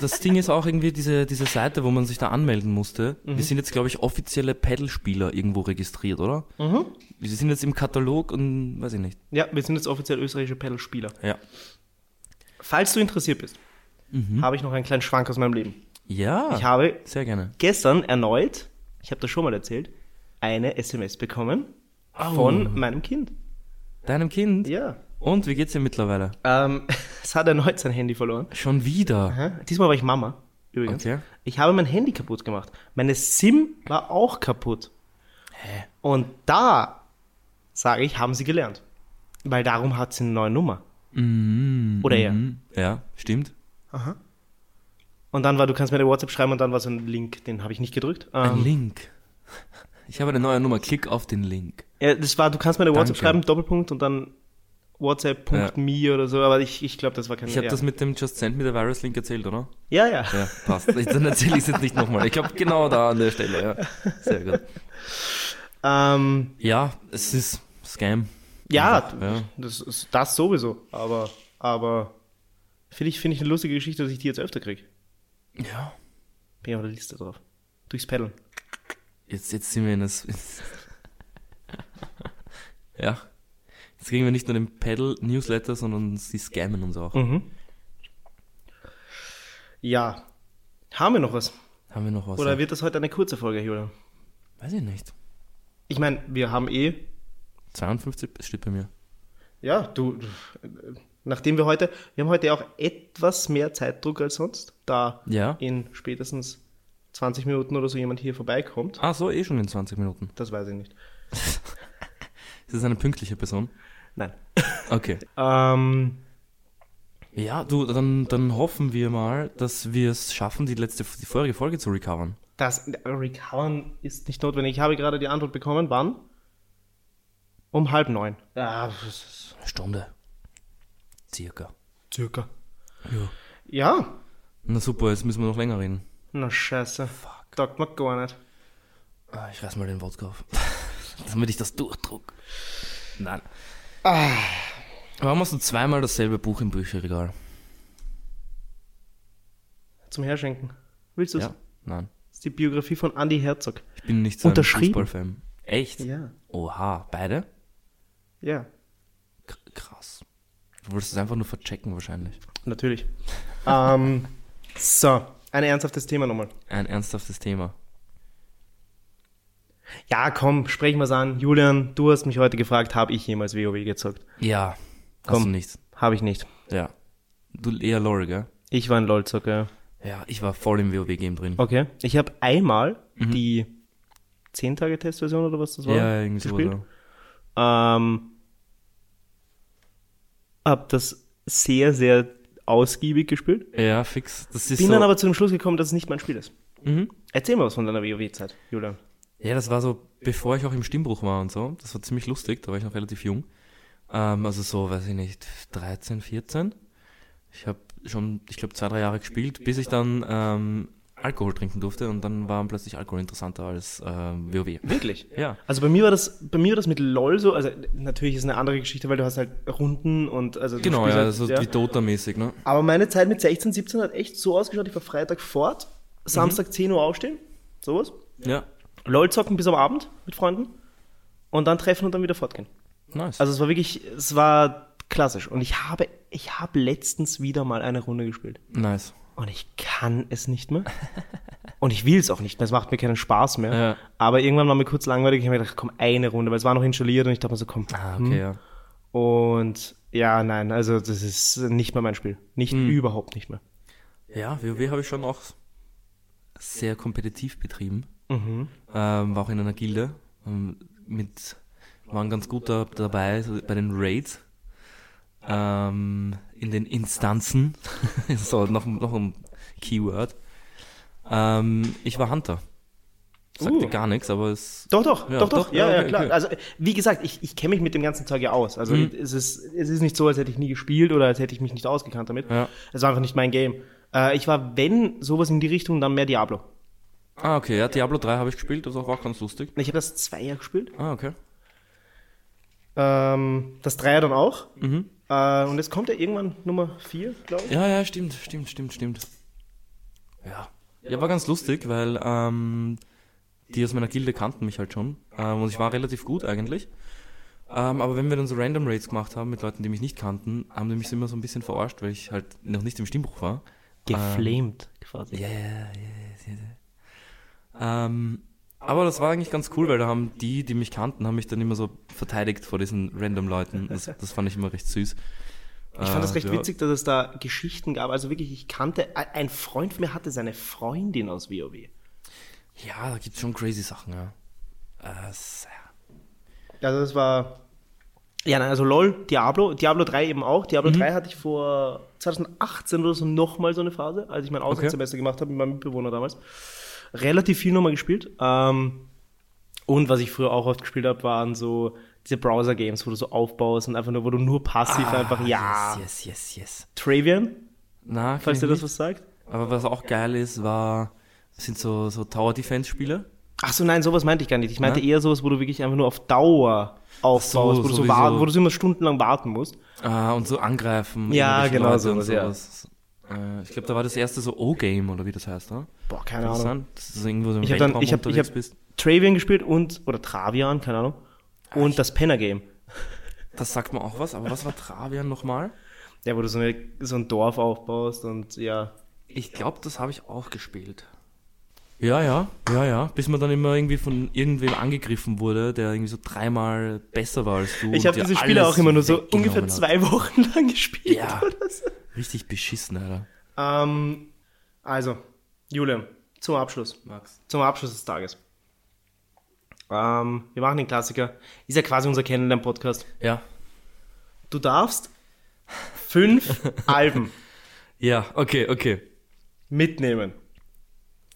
Speaker 1: Das Ding ist auch irgendwie diese, diese Seite, wo man sich da anmelden musste. Wir sind jetzt, glaube ich, offizielle Paddle-Spieler irgendwo registriert, oder? Wir sind jetzt im Katalog und weiß ich nicht.
Speaker 2: Ja, wir sind jetzt offiziell österreichische Paddle-Spieler.
Speaker 1: Ja.
Speaker 2: Falls du interessiert bist,
Speaker 1: Mhm.
Speaker 2: habe ich noch einen kleinen Schwank aus meinem Leben.
Speaker 1: Ja,
Speaker 2: Ich habe
Speaker 1: sehr gerne.
Speaker 2: gestern erneut, ich habe das schon mal erzählt, eine SMS bekommen von meinem Kind.
Speaker 1: Deinem Kind?
Speaker 2: Ja.
Speaker 1: Und wie geht's dir mittlerweile?
Speaker 2: Ähm, es hat erneut sein Handy verloren.
Speaker 1: Schon wieder.
Speaker 2: Aha. Diesmal war ich Mama, übrigens.
Speaker 1: Okay.
Speaker 2: Ich habe mein Handy kaputt gemacht. Meine SIM war auch kaputt. Hä? Und da, sage ich, haben sie gelernt. Weil darum hat sie eine neue Nummer. Oder ja.
Speaker 1: Hm, Ja, stimmt.
Speaker 2: Und dann war, du kannst mir eine WhatsApp schreiben und dann war so ein Link, den habe ich nicht gedrückt.
Speaker 1: Ein
Speaker 2: Ähm,
Speaker 1: Link. Ich habe eine neue Nummer. Klick auf den Link.
Speaker 2: ja, das war, du kannst mir eine WhatsApp
Speaker 1: Danke.
Speaker 2: schreiben, Doppelpunkt und dann WhatsApp.me oder so, aber ich, ich glaube, das war kein
Speaker 1: Ich habe
Speaker 2: ja.
Speaker 1: das mit dem Just Send Me the Virus Link erzählt, oder?
Speaker 2: ja, ja.
Speaker 1: Ja, passt. Ich- Dann erzähle ich es jetzt nicht nochmal. Ich glaube, genau da an der Stelle. Ja. Sehr gut.
Speaker 2: Ähm,
Speaker 1: Ja, es ist Scam.
Speaker 2: ja,
Speaker 1: Ja.
Speaker 2: Das, ist, das sowieso, aber, aber finde ich, finde ich eine lustige Geschichte, dass ich die jetzt öfter kriege.
Speaker 1: Ja.
Speaker 2: Bin ich auf der Liste drauf. Durchs Paddeln.
Speaker 1: Jetzt, jetzt sind wir in das. ins- ja. Jetzt kriegen wir nicht nur den Paddle-Newsletter, sondern sie scammen uns auch.
Speaker 2: Ja. Haben wir noch was?
Speaker 1: Haben wir noch was?
Speaker 2: Oder wird das heute eine kurze Folge, Julian?
Speaker 1: Weiß ich nicht.
Speaker 2: Ich meine, wir haben eh.
Speaker 1: 52 steht bei mir.
Speaker 2: Ja, du. äh, Nachdem wir heute. Wir haben heute auch etwas mehr Zeitdruck als sonst, da
Speaker 1: Ja.
Speaker 2: in spätestens 20 Minuten oder so jemand hier vorbeikommt.
Speaker 1: Ah, so, eh schon in 20 Minuten.
Speaker 2: Das weiß ich nicht.
Speaker 1: Das ist eine pünktliche Person.
Speaker 2: Nein.
Speaker 1: Okay.
Speaker 2: Ähm,
Speaker 1: Ja, du, dann, dann hoffen wir mal, dass wir es schaffen, die letzte, die vorige Folge zu recovern.
Speaker 2: das Recovern ist nicht notwendig. Ich habe gerade die Antwort bekommen. Wann? Um halb neun. Ah, das ist
Speaker 1: Eine Stunde. Circa.
Speaker 2: circa.
Speaker 1: Ja.
Speaker 2: Ja,
Speaker 1: Na super, jetzt müssen wir noch länger reden.
Speaker 2: Na scheiße. Fuck. Taugt mir gar nicht.
Speaker 1: Ah, Ich reiß mal den Wodka auf. Damit ich das durchdruck. Nein. Ah. Warum hast du zweimal dasselbe Buch im Bücherregal?
Speaker 2: Zum Herschenken. Willst du es?
Speaker 1: Ja? Nein.
Speaker 2: Das ist die Biografie von Andy Herzog.
Speaker 1: Ich bin nicht so ein
Speaker 2: Unterschrieben?
Speaker 1: Fußballfan. Echt?
Speaker 2: Ja.
Speaker 1: Oha, beide?
Speaker 2: Ja,
Speaker 1: K krass. Du wolltest es einfach nur verchecken wahrscheinlich.
Speaker 2: natürlich. ähm, so, ein ernsthaftes Thema nochmal.
Speaker 1: Ein ernsthaftes Thema.
Speaker 2: Ja, komm, sprechen wir's an. Julian, du hast mich heute gefragt, habe ich jemals WoW gezockt?
Speaker 1: Ja.
Speaker 2: Komm.
Speaker 1: Hast du nichts.
Speaker 2: Habe ich nicht.
Speaker 1: Ja. Du eher Lore, gell?
Speaker 2: Ich war ein LOL-Zocker.
Speaker 1: Ja, ich war voll im WoW-Game drin.
Speaker 2: Okay. Ich habe einmal
Speaker 1: Mhm.
Speaker 2: die 10-Tage-Testversion oder was das war?
Speaker 1: Ja, irgendwie so.
Speaker 2: gespielt.
Speaker 1: oder?
Speaker 2: Ähm, hab das sehr, sehr ausgiebig gespielt.
Speaker 1: Ja, fix. Das ist
Speaker 2: Bin
Speaker 1: so.
Speaker 2: dann aber zu dem Schluss gekommen, dass es nicht mein Spiel ist.
Speaker 1: mhm.
Speaker 2: Erzähl mal was von deiner WoW-Zeit, Julian.
Speaker 1: Ja, das war so, bevor ich auch im Stimmbruch war und so. Das war ziemlich lustig, da war ich noch relativ jung. Ähm, also so, weiß ich nicht, 13, 14. Ich habe schon, ich glaube, zwei, drei Jahre gespielt, bis ich dann ähm, Alkohol trinken durfte und dann war plötzlich Alkohol interessanter als ähm, WoW.
Speaker 2: Wirklich?
Speaker 1: Ja.
Speaker 2: Also bei mir war das, bei mir war das mit LOL so, also natürlich ist eine andere Geschichte, weil du hast halt Runden und also du
Speaker 1: Genau,
Speaker 2: spielst
Speaker 1: ja,
Speaker 2: halt,
Speaker 1: so wie Dota-mäßig, ne?
Speaker 2: Aber meine Zeit mit 16, 17 hat echt so ausgeschaut, ich war Freitag fort,
Speaker 1: Mhm.
Speaker 2: Samstag 10 Uhr aufstehen, sowas.
Speaker 1: Ja.
Speaker 2: LOL zocken bis am Abend mit Freunden und dann treffen und dann wieder fortgehen.
Speaker 1: Nice.
Speaker 2: Also es war wirklich, es war klassisch. Und ich habe, ich habe letztens wieder mal eine Runde gespielt.
Speaker 1: nice.
Speaker 2: Und ich kann es nicht mehr. Und ich will es auch nicht mehr. Es macht mir keinen Spaß mehr.
Speaker 1: Ja.
Speaker 2: Aber irgendwann war mir kurz langweilig. Ich habe mir gedacht, komm, eine Runde, weil es war noch installiert und ich dachte mir so, komm.
Speaker 1: Ah,
Speaker 2: hm.
Speaker 1: okay, ja.
Speaker 2: Und ja, nein, also das ist nicht mehr mein Spiel. Nicht
Speaker 1: Hm.
Speaker 2: überhaupt nicht mehr.
Speaker 1: Ja, WoW habe ich schon auch sehr kompetitiv betrieben. Ähm, war auch in einer Gilde. Ähm, mit, waren ganz gut da, dabei so bei den Raids. Ähm, in den Instanzen. so, noch, noch ein Keyword. Ähm, ich war Hunter. Sagte
Speaker 2: Uh.
Speaker 1: gar nichts, aber es.
Speaker 2: Doch, doch,
Speaker 1: Ja,
Speaker 2: doch, doch.
Speaker 1: doch,
Speaker 2: Ja,
Speaker 1: ja,
Speaker 2: ja,
Speaker 1: okay,
Speaker 2: klar.
Speaker 1: okay. Mhm.
Speaker 2: Also, wie gesagt, ich, ich kenne mich mit dem ganzen Zeug ja aus. Also, es, ist, es ist nicht so, als hätte ich nie gespielt oder als hätte ich mich nicht ausgekannt damit.
Speaker 1: Ja.
Speaker 2: Es war einfach nicht mein Game. Äh, ich war, wenn sowas in die Richtung, dann mehr Diablo.
Speaker 1: Ah, okay, ja, Diablo 3 habe ich gespielt, das war auch ganz lustig.
Speaker 2: Ich habe das Zweier gespielt.
Speaker 1: Ah, okay.
Speaker 2: Ähm, das Dreier dann auch.
Speaker 1: Mhm.
Speaker 2: Äh, und jetzt kommt ja irgendwann Nummer 4, glaube ich.
Speaker 1: Ja, ja, stimmt, stimmt, stimmt, stimmt. Ja. Ja, war ganz lustig, weil ähm, die aus meiner Gilde kannten mich halt schon. Ähm, und ich war relativ gut eigentlich. Ähm, aber wenn wir dann so Random Raids gemacht haben mit Leuten, die mich nicht kannten, haben die mich immer so ein bisschen verarscht, weil ich halt noch nicht im Stimmbruch war.
Speaker 2: Geflamed quasi.
Speaker 1: Ja, ja, ja, ja, ja. Ähm, aber das war eigentlich ganz cool, weil da haben die, die mich kannten, haben mich dann immer so verteidigt vor diesen random Leuten. Das, das fand ich immer recht süß. Äh,
Speaker 2: Ich fand das recht
Speaker 1: Ah, ja.
Speaker 2: witzig, dass es da Geschichten gab. Also wirklich, ich kannte, ein Freund von mir hatte seine Freundin aus WoW.
Speaker 1: Ja, da gibt's schon crazy Sachen, ja. Äh, s-
Speaker 2: Also das war. Ja, nein, also LOL, Diablo, Diablo 3 eben auch. Diablo
Speaker 1: Mhm.
Speaker 2: 3 hatte ich vor 2018 oder so nochmal so eine Phase, als ich mein Auslandssemester gemacht habe mit meinem Mitbewohner damals. Relativ viel nochmal gespielt. Ähm, und was ich früher auch oft gespielt habe, waren so diese Browser-Games, wo du so aufbaust und einfach nur, wo du nur passiv einfach, ja,
Speaker 1: Ah, Yes, Mhm. yes, yes, yes.
Speaker 2: Travian,
Speaker 1: Na,
Speaker 2: falls dir das
Speaker 1: was
Speaker 2: was sagt.
Speaker 1: Aber was auch geil ist, war, sind so, so Tower Defense Spiele.
Speaker 2: Ach so, nein, sowas meinte ich gar nicht. Ich meinte eher sowas, wo du wirklich einfach nur auf Dauer aufbaust,
Speaker 1: so,
Speaker 2: wo, du so
Speaker 1: sowieso.
Speaker 2: warten, wo du so immer stundenlang warten musst.
Speaker 1: Ah, und so angreifen.
Speaker 2: Ja,
Speaker 1: irgendwelche
Speaker 2: genau,
Speaker 1: Leute und
Speaker 2: sowas, ja.
Speaker 1: sowas. Äh, ich glaube, da war das erste so O-Game oder wie das heißt, ne?
Speaker 2: Boah, keine
Speaker 1: Das
Speaker 2: Ahnung.
Speaker 1: sein? Das ist irgendwo so im
Speaker 2: Ich habe dann,
Speaker 1: Weltraum
Speaker 2: ich habe, ich
Speaker 1: unterwegs
Speaker 2: habe
Speaker 1: bist.
Speaker 2: Travian gespielt und oder Travian, keine Ahnung.
Speaker 1: Ah,
Speaker 2: Und das Penner Game.
Speaker 1: Das sagt mir auch was, aber was war Travian nochmal?
Speaker 2: Ja, wo du so, eine, so ein Dorf aufbaust und ja.
Speaker 1: Ich glaube, das habe ich auch gespielt. Ja, ja, ja, ja. Bis man dann immer irgendwie von irgendwem angegriffen wurde, der irgendwie so dreimal besser war als du.
Speaker 2: Ich
Speaker 1: und
Speaker 2: habe
Speaker 1: dir
Speaker 2: diese Spiele
Speaker 1: alles
Speaker 2: auch immer nur so
Speaker 1: weggenommen
Speaker 2: ungefähr
Speaker 1: hat.
Speaker 2: zwei Wochen lang gespielt.
Speaker 1: Ja.
Speaker 2: Oder so.
Speaker 1: Richtig beschissen, Alter.
Speaker 2: ähm, also, Julian, zum Abschluss.
Speaker 1: Max.
Speaker 2: Zum Abschluss des Tages. Ähm, wir machen den Klassiker. Ist ja quasi unser Kennenlern-Podcast.
Speaker 1: Ja.
Speaker 2: Du darfst fünf Alben
Speaker 1: Ja, okay, okay.
Speaker 2: mitnehmen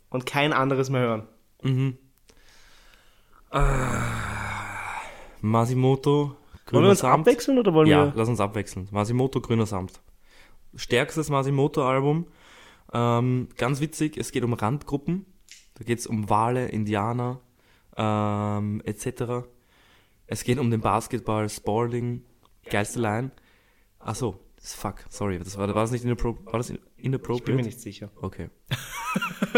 Speaker 2: und kein anderes mehr hören.
Speaker 1: Masimoto,
Speaker 2: Wollen wir
Speaker 1: grüner
Speaker 2: uns
Speaker 1: Samt.
Speaker 2: abwechseln oder wollen
Speaker 1: Ja,
Speaker 2: wir.
Speaker 1: lass uns abwechseln. Masimoto, grüner Samt. Stärkstes Masimoto-Album. Ähm, ganz witzig, es geht um Randgruppen. Da geht es um Wale, Indianer, ähm, etc. Es geht um den Basketball, Sporting, geilste Line. Ach so, fuck, sorry, das war, war das nicht inappro- war das in- inappropriate?
Speaker 2: Ich bin mir nicht sicher.
Speaker 1: Okay.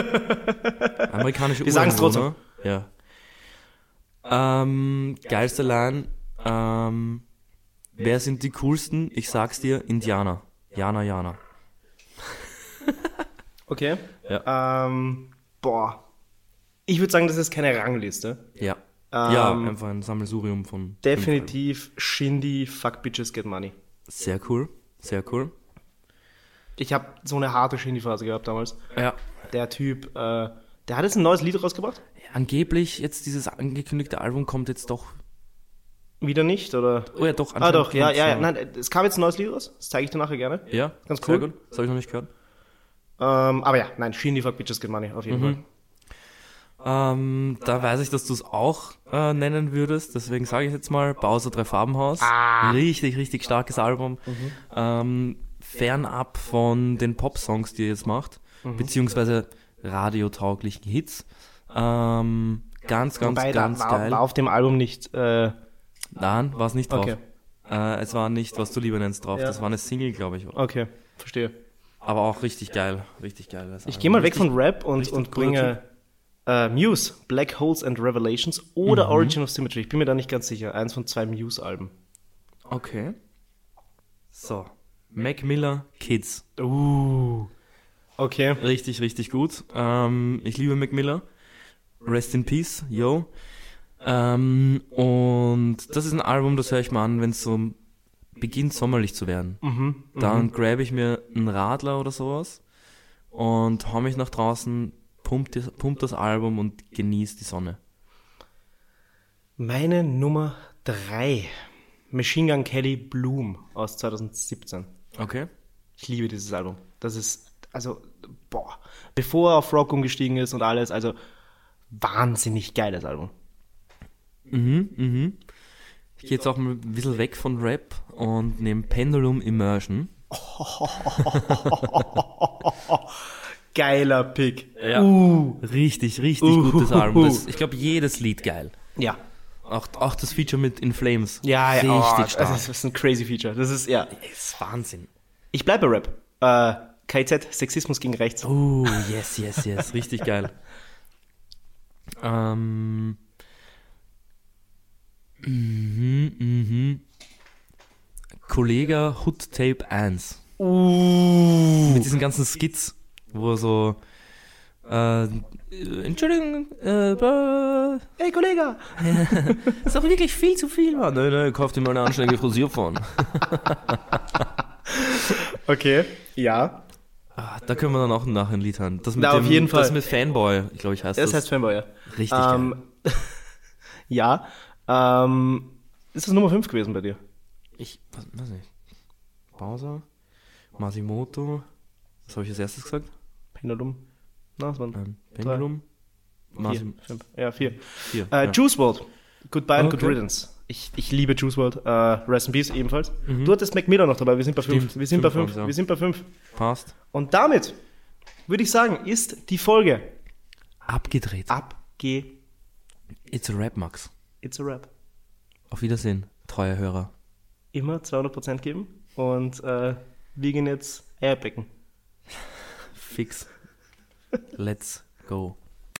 Speaker 1: Amerikanische
Speaker 2: Wir sagen's
Speaker 1: Ureinwohner. Ja. Ähm, geilste Line. Ähm, wer sind die coolsten? Ich sag's dir, Indianer. Jana, Jana.
Speaker 2: Okay. Ähm, boah. Ich würde sagen, das ist keine Rangliste.
Speaker 1: Ja. ja,
Speaker 2: Ähm,
Speaker 1: einfach ein Sammelsurium von. fünf
Speaker 2: Definitiv Shindy, Fuck Bitches Get Money.
Speaker 1: Alben. Sehr cool. Sehr cool.
Speaker 2: Ich habe so eine harte Shindy-Phase gehabt damals.
Speaker 1: Ja.
Speaker 2: Der Typ, äh, der hat jetzt ein neues Lied rausgebracht?
Speaker 1: Angeblich, jetzt dieses angekündigte Album kommt jetzt doch.
Speaker 2: Wieder nicht, oder?
Speaker 1: Oh ja, doch.
Speaker 2: Ah
Speaker 1: anscheinend
Speaker 2: doch, ja,
Speaker 1: kommt's,
Speaker 2: ja, ja. Nein, es kam jetzt ein neues Lied raus. Das zeige ich dir nachher gerne.
Speaker 1: Ja,
Speaker 2: Ganz
Speaker 1: sehr
Speaker 2: cool.
Speaker 1: gut. Das habe ich noch nicht gehört.
Speaker 2: Mhm. Ähm, aber ja, nein, Shindy, Fuck Bitches Get Money, auf jeden Fall.
Speaker 1: Ähm, da weiß ich, dass du es auch äh, nennen würdest. Deswegen sage ich jetzt mal Bowser Drei Farbenhaus.
Speaker 2: Ah.
Speaker 1: Richtig, richtig starkes Album.
Speaker 2: Mhm.
Speaker 1: Ähm, fernab von den Pop-Songs, die er jetzt macht,
Speaker 2: Mhm.
Speaker 1: beziehungsweise radiotauglichen Hits. Ähm, ganz, ganz,
Speaker 2: Wobei,
Speaker 1: ganz
Speaker 2: da war,
Speaker 1: geil.
Speaker 2: war auf dem Album nicht. Äh,
Speaker 1: Nein, war es nicht drauf.
Speaker 2: Okay.
Speaker 1: Äh, es war nicht, was du lieber nennst, drauf.
Speaker 2: Ja.
Speaker 1: Das war eine Single, glaube ich.
Speaker 2: okay, verstehe.
Speaker 1: Aber auch richtig geil. Richtig geil. das
Speaker 2: Ich
Speaker 1: Album.
Speaker 2: gehe mal weg
Speaker 1: Richtig-
Speaker 2: von Rap und,
Speaker 1: richtig
Speaker 2: und
Speaker 1: cooler
Speaker 2: bringe äh, Muse, Black Holes and Revelations oder Origin of Symmetry. Ich bin mir da nicht ganz sicher. Eins von zwei Muse-Alben.
Speaker 1: Okay. So. Mac Miller, Kids.
Speaker 2: Uh. Okay.
Speaker 1: Richtig, richtig gut. Ähm, ich liebe Mac Miller. Rest in Peace, yo. Ähm, und das ist ein Album, das höre ich mal an, wenn es so beginnt, sommerlich zu werden.
Speaker 2: Mhm.
Speaker 1: Dann grab ich mir einen Radler oder sowas und hau mich nach draußen, pump das, pump das Album und genieß die Sonne.
Speaker 2: Meine Nummer drei. Machine Gun Kelly Bloom aus 2017.
Speaker 1: Okay.
Speaker 2: Ich liebe dieses Album. Das ist, also, boah. Bevor er auf Rock umgestiegen ist und alles, also, wahnsinnig geiles Album.
Speaker 1: Mhm, mhm. Ich gehe jetzt auch mal ein bisschen weg von Rap und nehme Pendulum Immersion.
Speaker 2: Geiler Pick.
Speaker 1: Ja.
Speaker 2: Uh.
Speaker 1: Richtig, richtig gutes Album. Das, ich glaube, jedes Lied geil.
Speaker 2: Ja.
Speaker 1: Auch, auch das Feature mit In Flames.
Speaker 2: Ja, ja.
Speaker 1: Richtig
Speaker 2: oh,
Speaker 1: stark.
Speaker 2: Das ist, das ist ein crazy Feature. Das ist, ja.
Speaker 1: ist Wahnsinn.
Speaker 2: Ich bleibe bei Rap. Äh, KZ, Sexismus gegen Rechts.
Speaker 1: Oh, yes, yes, yes. Richtig geil. ähm. Mhm, mhm. Kollega Hood Tape 1. Mit diesen ganzen Skits, wo er so. Äh, Entschuldigung, äh, bla,
Speaker 2: Ey, Kollege!
Speaker 1: ist auch wirklich viel zu viel, Mann. Nein, nein, kauft dir mal eine anständige Frisur von.
Speaker 2: Okay, ja.
Speaker 1: Ah, Da können wir dann auch nachher ein Lied hören. Das mit,
Speaker 2: Na, auf
Speaker 1: dem,
Speaker 2: jeden Fall.
Speaker 1: Das mit Fanboy, ich glaube ich, heißt das.
Speaker 2: Das heißt Fanboy, ja.
Speaker 1: richtig geil.
Speaker 2: Ähm, ja. Ähm, ist das Nummer 5 gewesen bei dir?
Speaker 1: Ich, was, weiß nicht. Bowser, Masimoto, was habe ich als erstes gesagt?
Speaker 2: Pendulum. Na, was war denn?
Speaker 1: Ähm, Pendulum,
Speaker 2: Vier,
Speaker 1: Masim,
Speaker 2: fünf, ja, vier.
Speaker 1: vier.
Speaker 2: Äh,
Speaker 1: ja.
Speaker 2: Juice WRLD. Goodbye and good
Speaker 1: Okay.
Speaker 2: riddance. Ich, ich liebe Juice WRLD. Äh, Rest in Peace ebenfalls. Du hattest Mac Miller noch dabei. Wir sind bei fünf.
Speaker 1: Mhm. Stimmt,
Speaker 2: Wir sind bei
Speaker 1: fünf
Speaker 2: fünf.
Speaker 1: war's, ja.
Speaker 2: Wir sind bei fünf.
Speaker 1: Passt.
Speaker 2: Und damit würde ich sagen, ist die Folge
Speaker 1: Abgedreht.
Speaker 2: abge...
Speaker 1: It's a Rap Max.
Speaker 2: It's a Rap.
Speaker 1: Auf Wiedersehen, treuer Hörer.
Speaker 2: Immer 200% geben und äh, wir gehen jetzt Eierbecken.
Speaker 1: Fix. Let's go.